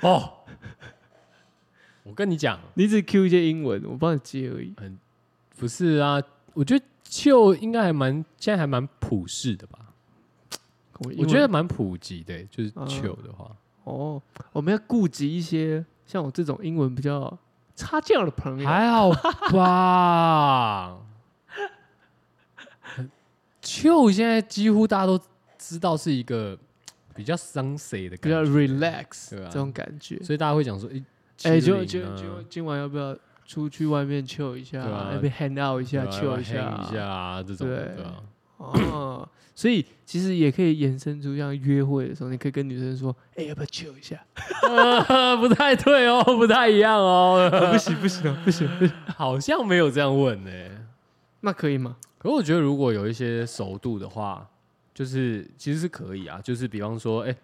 哦，我跟你讲，你只 Q 一些英文，我帮你接而已。不是啊，我觉得 chill 应该还蛮现在还蛮普世的吧，我我英文觉得蛮普及的、就是 chill 嗯的话，哦，我们要顾及一些像我这种英文比较差劲儿的朋友。还好吧。chill 现在几乎大家都知道是一个比较伤谁的比感较觉， relax 对啊这种感觉，所以大家会讲说，哎、哎、就就就就今晚要不要出去外面 chill 一下，对啊那边 hang out 一下，chill 一下，一下啊这种对的，对啊哦，所以其实也可以衍生出像约会的时候，你可以跟女生说，哎、要不要 chill 一下？呃 (laughs) 不太对哦，不太一样哦，(laughs) (laughs) 不行不行不行，不行好像没有这样问呢、那可以吗？可我觉得如果有一些熟度的话，就是其实是可以啊，就是比方说，哎、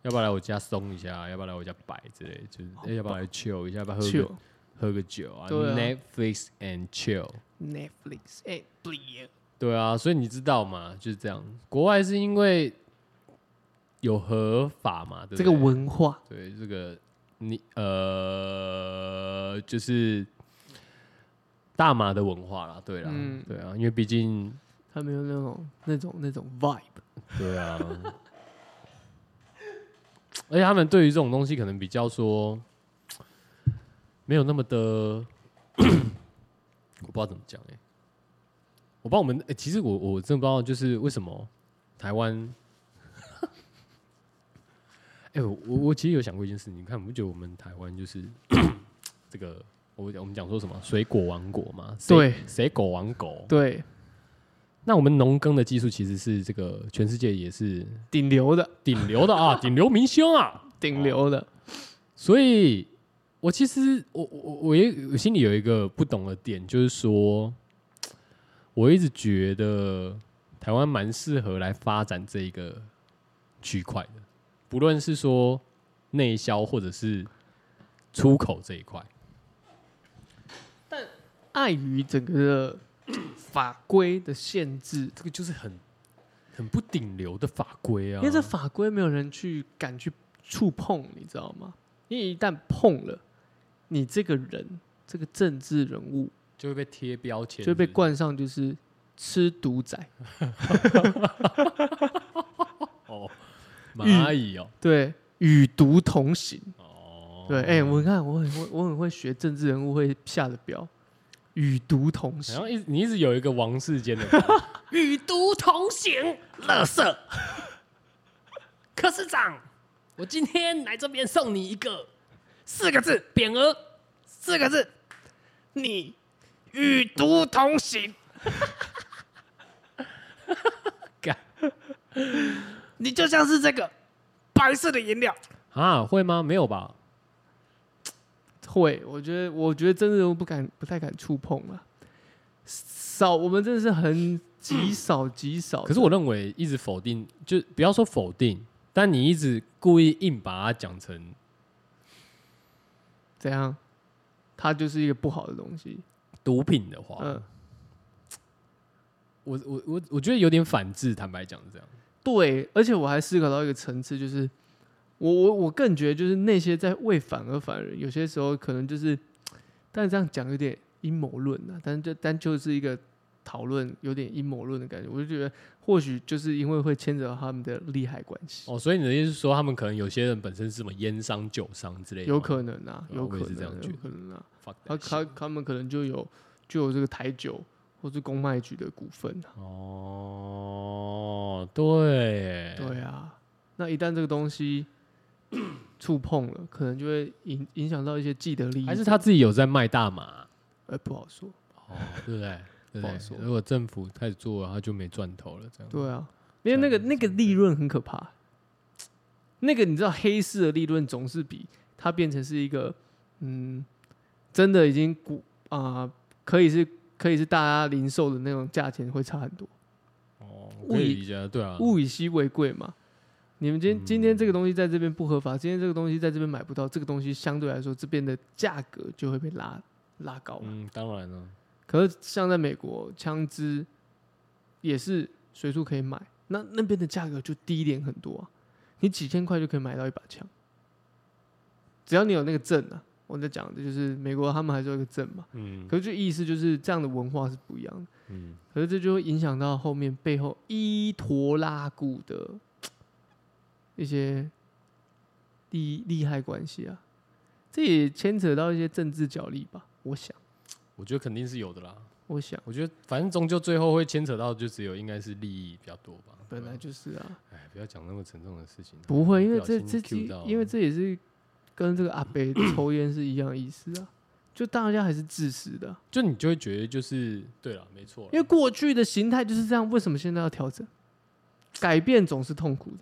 要不要来我家松一下？要不要来我家摆之类？就是、哎要不要来 chill 一下？要不要喝哦 chill 个喝个酒啊对啊 n e t f l i x and chill。 Netflix 哎、不一样对啊，所以你知道嘛，就是这样。国外是因为有合法嘛，对不对这个文化对这个你呃，就是大麻的文化啦，对啦，嗯对啊，因为毕竟它没有那种那种那种 vibe。对啊， (laughs) 而且他们对于这种东西可能比较说没有那么的， (coughs) 我不知道怎么讲哎、我不知道我们哎、其实我我真的不知道就是为什么台湾。 (laughs) 哎、我我我其实有想过一件事，你看，你不觉得我们台湾就是 (coughs) 这个，我我们讲说什么水果王国嘛？谁对，谁狗王狗？对，那我们农耕的技术其实是这个全世界也是顶流的，顶流的啊，顶流明星啊。顶流的，所以，我其实我我我也我心里有一个不懂的点，就是说，我一直觉得台湾蛮适合来发展这一个区块的，不论是说内销或者是出口这一块。碍于整个的法规的限制，这个就是很很不顶流的法规啊，因为这法规没有人去敢去触碰，你知道吗？因为一旦碰了，你这个人，这个政治人物就会被贴标签，就会被是不是冠上就是吃独仔，哦，蚂蚁哦，对，与毒同行。哦，对，哎、我看我很会，我很会学政治人物会下的标，与毒同然行后，一直你一直有一个王世坚的 (laughs) 与毒同行，乐色。柯市长，我今天来这边送你一个四个字匾额，四个字，你与毒同行， (laughs) 干你就像是这个白色的颜料。啊？会吗？没有吧？会，我觉得，我觉得政治人物不敢，不太敢触碰了。少，我们真的是很极少极少。可是我认为一直否定，就不要说否定，但你一直故意硬把它讲成怎样？它就是一个不好的东西。毒品的话，嗯，我我我我觉得有点反制，坦白讲是这样。对，而且我还思考到一个层次，就是我我我更觉得就是那些在为反而反的人，有些时候可能就是，但是这样讲有点阴谋论啊，但就但就是一个讨论有点阴谋论的感觉，我就觉得或许就是因为会牵扯到他们的利害关系，哦，所以你的意思是说，他们可能有些人本身是什么烟商、酒商之类的吗，有可能啊，对啊有我可也能、是这样觉有得可能啊， Fuck 他 that shit 他他们可能就有就有这个台酒或是公卖局的股份啊。哦，对，对啊，那一旦这个东西触碰了，可能就会影影响到一些既得利益者，还是他自己有在卖大麻，呃不好说。哦，对不对？对不不好对说如果政府开始做了，他就没赚头了，这样。对啊，因为那个那个利润很可怕，那个你知道黑市的利润总是比它变成是一个嗯，真的已经股啊、可以是可以是大家零售的那种价钱会差很多。哦，物可以以理解，对啊，嗯物以稀为贵嘛。你们今天今天这个东西在这边不合法，今天这个东西在这边买不到，这个东西相对来说这边的价格就会被拉拉高嘛。嗯，当然了，可是像在美国，枪支也是随处可以买，那那边的价格就低廉很多啊，你几千块就可以买到一把枪，只要你有那个证啊。我在讲的就是美国，他们还是有一个证嘛。嗯可是就意思就是这样的文化是不一样的。嗯，可是这就会影响到后面背后伊托拉古的一些利利害关系啊，这也牵扯到一些政治角力吧。我想，我觉得肯定是有的啦。我想我觉得反正终究最后会牵扯到，就只有应该是利益比较多吧。本来就是啊，哎，不要讲那么沉重的事情。不会，因为不这小心这 cue 到啊因为这也是跟这个阿 (clears throat) 北抽烟是一样的意思啊，就大家还是自私的啊、就你就会觉得就是对了，没错啦，因为过去的形态就是这样，为什么现在要调整？改变总是痛苦的，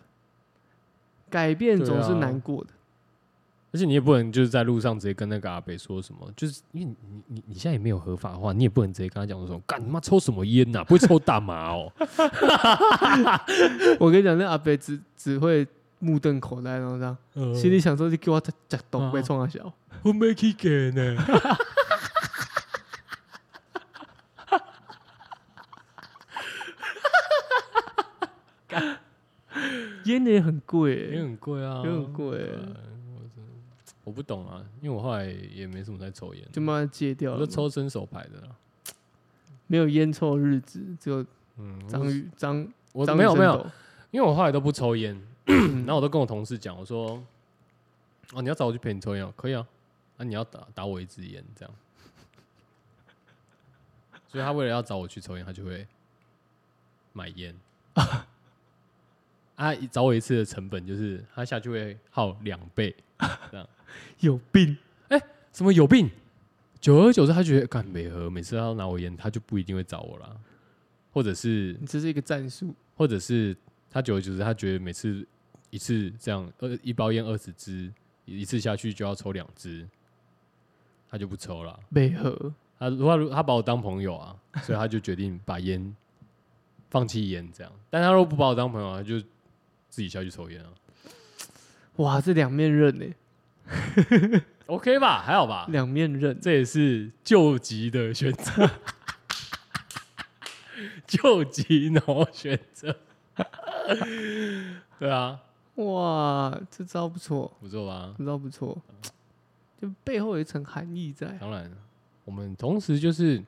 改变总是对啊难过的。 (laughs) 而且你也不能就是在路上直接跟那个阿北说什么，就是因为你你你你现在也没有合法化，你也不能直接跟他讲说，干你妈抽什么烟呐、不会抽大麻 (laughs) 哦。我跟你讲，那阿伯只只会目瞪口呆，然后这样，嗯心里想说：“你给我假假懂，被冲啊小。我没去给呢。烟也很贵欸、也很贵啊，也很贵欸、对啊我真的我不懂啊，因为我后来也没什么在抽烟，就慢慢戒掉我了都嘛。抽伸手牌的啦。没有烟抽的日子，只有嗯，章鱼章我章鱼没有生没有，斗因为我后来都不抽烟， (clears throat) 然后我都跟我同事讲，我说，哦，你要找我去陪你抽烟、哦，可以啊，啊，你要打打我一支烟这样。 (laughs) 所以他为了要找我去抽烟，他就会买烟。啊，找我一次的成本就是他下去会耗两倍，有病，什么有病？久而久之，他觉得干没喝，每次他要拿我烟，他就不一定会找我啦。或者是你这是一个战术，或者是他久而久之，他觉得每次一次这样二一包烟二十支，一次下去就要抽两支，他就不抽了。配合他他他把我当朋友啊，所以他就决定把烟放弃烟这样。但他如果不把我当朋友，他就自己下去抽烟啊。哇，这两面刃呢、欸 OK 吧，还好吧，两面刃，这也是救急的选择， (laughs) 救急脑选择。 (laughs) 对啊，哇，这招不错，不错吧？这招不错，就背后有一层含义在。当然，我们同时就是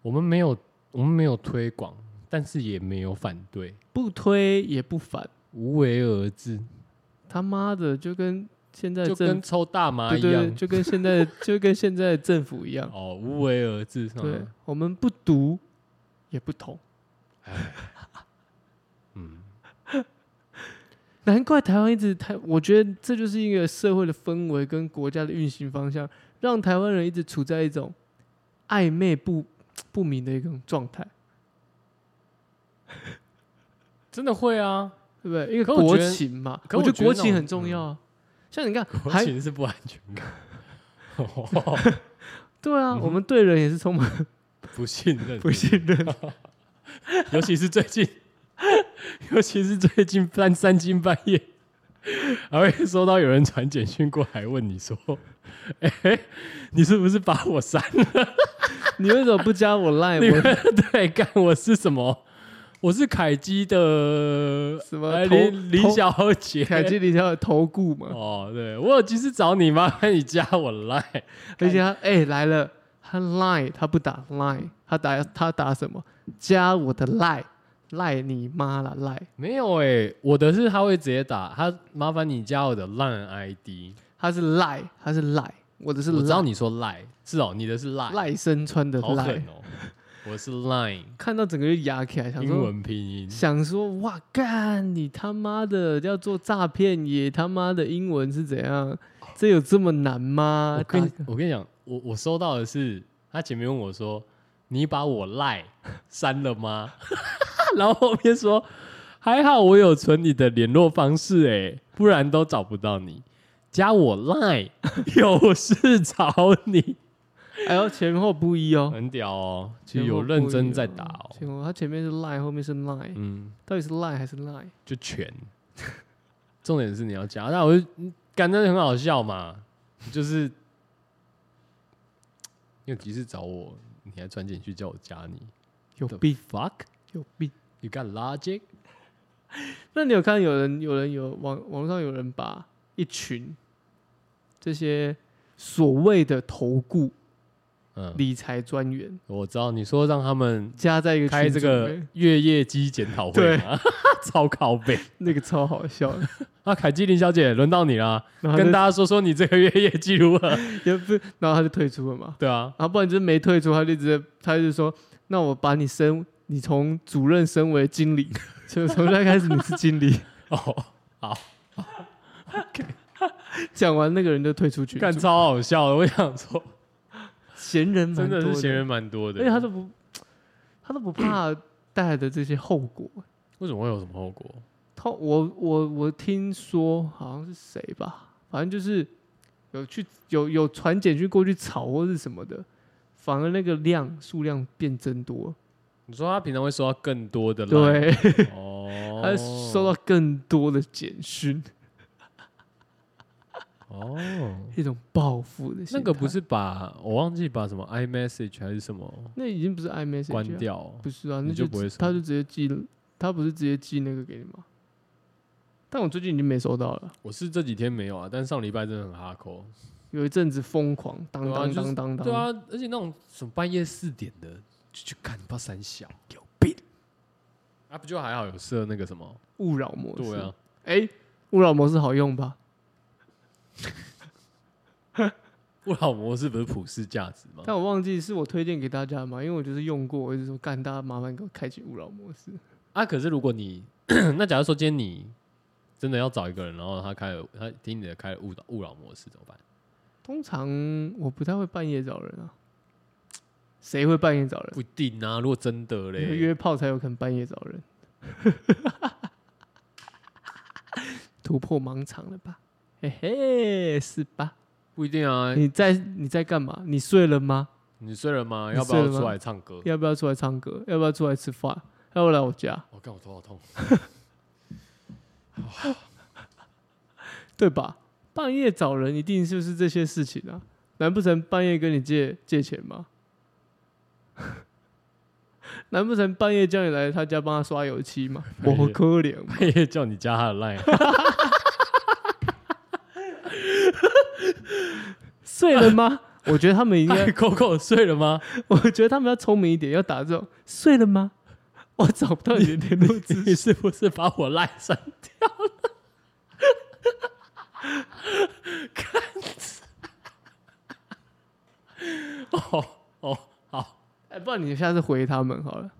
我们没有我们没有推广，但是也没有反对，不推也不反，无为而治，他妈的就跟现在就政跟抽大麻对一对，样。就跟现在就跟现在的政府一样，哦，无为而治。对嗯，我们不读也不同， (laughs) 嗯，难怪台湾一直台，我觉得这就是一个社会的氛围跟国家的运行方向，让台湾人一直处在一种暧昧不不明的一种状态，真的会啊。对不对？一个可我国觉得情嘛，可我我觉觉得得国那情种嗯很重要啊。像你看，国还情是不安全感。 (laughs) 对啊，嗯哼我们对人也是充满 (laughs) 不信任，不信任。尤其是最近，尤其是最近半三更半夜，还会收到有人传简讯过来问你说：“哎、你是不是把我删了？你为什么不加我 line？ (laughs) 你们我对，干我是什么？我是凯基的什么哎头林林头小姐。”凯基里头有投顾嘛，哦，对我有急事找你，麻烦你加我来。而且他哎、来了，他 line 他不打 line，他打他打什么？加我的 line，赖你妈了赖。没有哎、我的是他会直接打，他麻烦你加我的烂 ID。他是赖，他是赖，我的是我知道赖你说赖，是哦，你的是赖，赖声川的好赖狠，哦。我是 Line，看到整个就牙起来，想英说文拼音，想说哇干，你他妈的要做诈骗也他妈的英文是怎样？这有这么难哦吗我？跟你大哥我跟你讲，我我收到的是他前面问我说：“你把我赖删了吗？” (laughs) 然后后面说：“还好我有存你的联络方式、欸，不然都找不到你。加我赖， (laughs) 有事找你。 (laughs) 哎呦前后不一”哦，很屌哦，其实有认真在打 (laughs) 哦。前后他前面是赖，后面是赖，嗯，到底是赖还是赖？就全。重点是你要加，那我就嗯感觉很好笑嘛，就是你有急事找我，你还传简讯叫我加你。有 The 病 fuck? 有病！ You got logic? 那你有看有人有人有网网上有人把一群这些所谓的投顾嗯，理财专员我知道你说让他们加在一个开群这组个 (laughs) 里月夜鸡检讨会对嘛， (laughs) 超靠背。那个超好 (laughs) 笑的，那凯基林小姐，轮到你啦，然后他跟就大家说说你这个月 (laughs) 夜记如何？也不，然后他就退出了嘛，对啊，然后不然就是没退出，他就直接他就说，那我把你升，你从主任升为经理， (laughs) 就从现在开始你是经理。 (laughs) 哦，讲完那个人就退出去，干超好笑的。我想说，闲人蛮真多的是嫌人蛮多的。而且他都不，他都不怕带来的这些后果。为什么会有什么后果？他我我我听说好像是谁吧，反正就是有去有有传简讯过去吵或是什么的，反而那个量数量变增多了，你说他平常会收到更多的 line，对， (laughs) 哦，他收到更多的简讯，哦，一种报复的心态。那个不是把我忘记把什么 iMessage 还是什么那已经不是 iMessage 关了，掉哦，啊不是啊，你那就就不会直收他就直接寄了，他不是直接寄那个给你吗？但我最近已经没收到了，我是这几天没有啊，但上礼拜真的很哈扣。有一阵子疯狂当对啊当就是当当当，对啊，而且那种什么半夜四点的就去看，不知道三小有病，啊，不就还好有设那个什么？勿扰模式，对啊，，哎，勿扰模式好用吧？勿扰模式不是普世价值吗？但我忘记是我推荐给大家嘛，因为我就是用过，我一直说干，大家麻烦给我开启勿扰模式。啊，可是如果你 (clears throat) 那假如说今天你真的要找一个人，然后他开了他听你的开了勿扰勿扰模式怎么办？通常我不太会半夜找人啊，谁会半夜找人？不一定啊，如果真的你会嘞，约炮才有可能半夜找人， (laughs) 突破盲场了吧？嘿嘿，是吧？不一定啊。你在你在干嘛？你睡了吗？你睡了吗？你要不睡要了吗出来唱歌？要不要出来唱歌？要不要出来吃饭？要不要来我家？我看我头好痛。 (laughs) 对吧？半夜找人一定就是这些事情啊，难不成半夜跟你借借钱吗？ (laughs) 难不成半夜叫你来他家帮他刷油漆吗？半我夜可怜，半夜叫你加他的 (laughs) line，睡了 (laughs) 吗？我觉得他们应该嗨，，Coco (laughs) 睡了吗？我觉得他们要聪明一点，要打这种睡了吗？我找不到你的联络资你 (laughs) 是不是把我 line 删掉 (laughs) 了？看死， (laughs) 哦哦，好，哎，不然你下次回他们好了，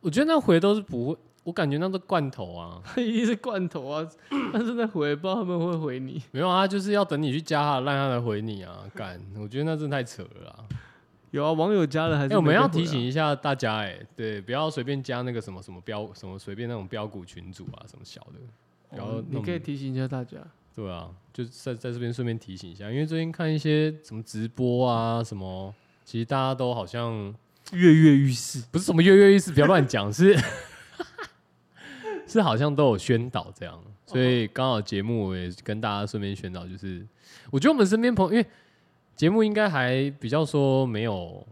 我觉得那回都是不会，我感觉那是罐头啊，一定是罐头啊，但是那回不知道他们会回你，没有啊，他就是要等你去加他的 line，他才回你啊，干，我觉得那真的太扯了啊。有啊，网友加了还啊是、哎、我们要提醒，一下大家、哎，对，不要随便加那个什么什么标，什么随便那种标股群组啊，什么小的，不要哦、你弄可以提醒一下大家，对啊，就在在这边顺便提醒一下，因为最近看一些什么直播啊，什么，其实大家都好像跃跃欲试。不是什么跃跃欲试，不要乱讲，是 (laughs) 是好像都有宣导这样，所以刚好节目我也跟大家顺便宣导，就是我觉得我们身边朋友，因为节目应该还比较说没有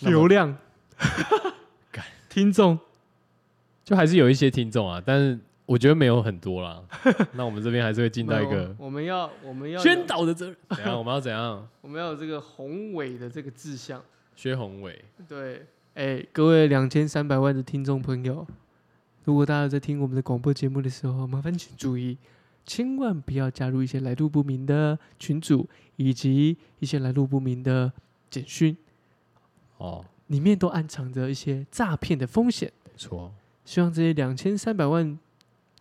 那么流量 (laughs) 干，听众就还是有一些听众啊，但是我觉得没有很多 (laughs) 啦。那我们这边还是会尽到一没个有我们要我们要有啊宣，导的责任。怎样？我们要怎样？我们要有这个宏伟的这个志向。薛宏伟，对，哎、各位两千三百万的听众朋友，如果大家有在听我们的广播节目的时候，麻烦请注意，千万不要加入一些来路不明的群组以及一些来路不明的简讯，哦，里面都暗藏着一些诈骗的风险。没错，希望这些两千三百万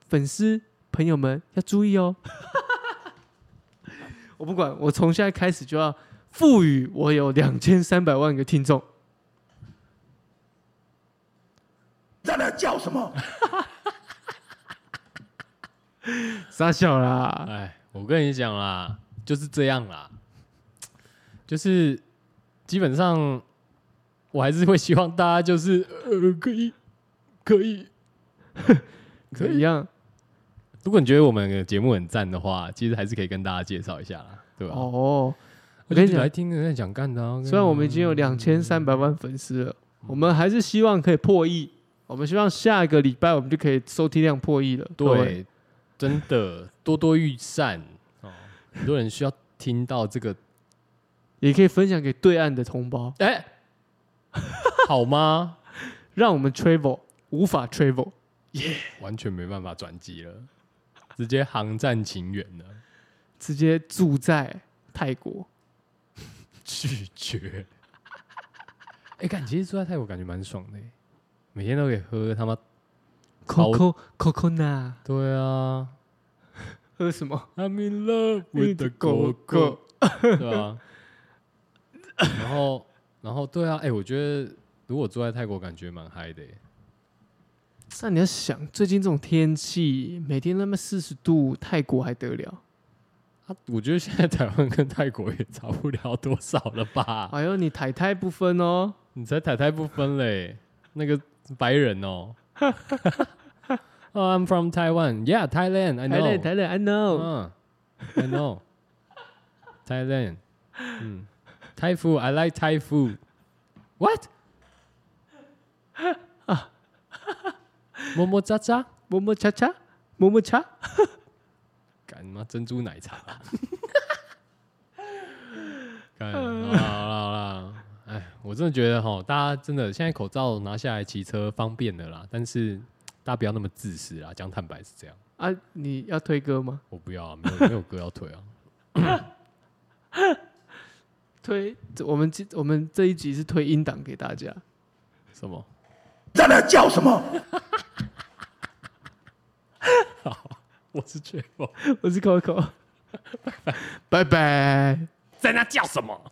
粉丝朋友们要注意哦。 (laughs) 我不管，我从现在开始就要赋予我有两千三百万个听众。在那叫什么？ (laughs) 傻小啦，哎，我跟你讲啦，就是这样啦，就是基本上我还是会希望大家就是呃，可以，可以。可以怎样？如果你觉得我们的节目很赞的话，其实还是可以跟大家介绍一下啦，对啊吧？哦，我我跟你讲来听人家讲干的啊。虽然我们已经有两千三百万粉丝了，嗯我们还是希望可以破亿。我们希望下一个礼拜我们就可以收听量破亿了。各位，对，真的 (laughs) 多多益善哦，很多人需要听到这个，也可以分享给对岸的同胞，哎、 (laughs) 好吗？让我们 travel 无法 travel。完全没办法转机了，直接航站情缘了，直接住在泰国。拒绝。 (laughs) 哎、感其实住在泰国感觉蛮爽的耶，欸每天都可以喝他妈。好 Coco Coco Na 对啊喝什么？ ，I'm in love with the 狗狗， (laughs) 对啊。然后，然后对啊，哎、我觉得如果住在泰国，感觉蛮嗨的欸耶。那你要想，最近这种天气，每天那么四十度，泰国还得了？啊，我觉得现在台湾跟泰国也差不了多少了吧？哎呦，你台台不分哦。你才台台不分嘞，那个白人哦。oh, I'm from Taiwan. Yeah, Thailand. I 台累 know. 台累，I know。嗯 I know. Thailand. 嗯，Thai food. I like Thai food. What? 么么喳喳，么么恰恰，么么恰。干妈珍珠奶茶。啊 (laughs) 干，好啦好啦好啦，哎，我真的觉得哈，大家真的现在口罩拿下来骑车方便的啦，但是大家不要那么自私啦，讲坦白是这样。啊，你要推歌吗？我不要、啊， (laughs) 没有没有歌要推啊。推，我们这我们这一集是推音档给大家。什么？在那叫 (laughs) 什么？我是缺乏。 (laughs) 我是 Coco，拜拜。在那叫什么？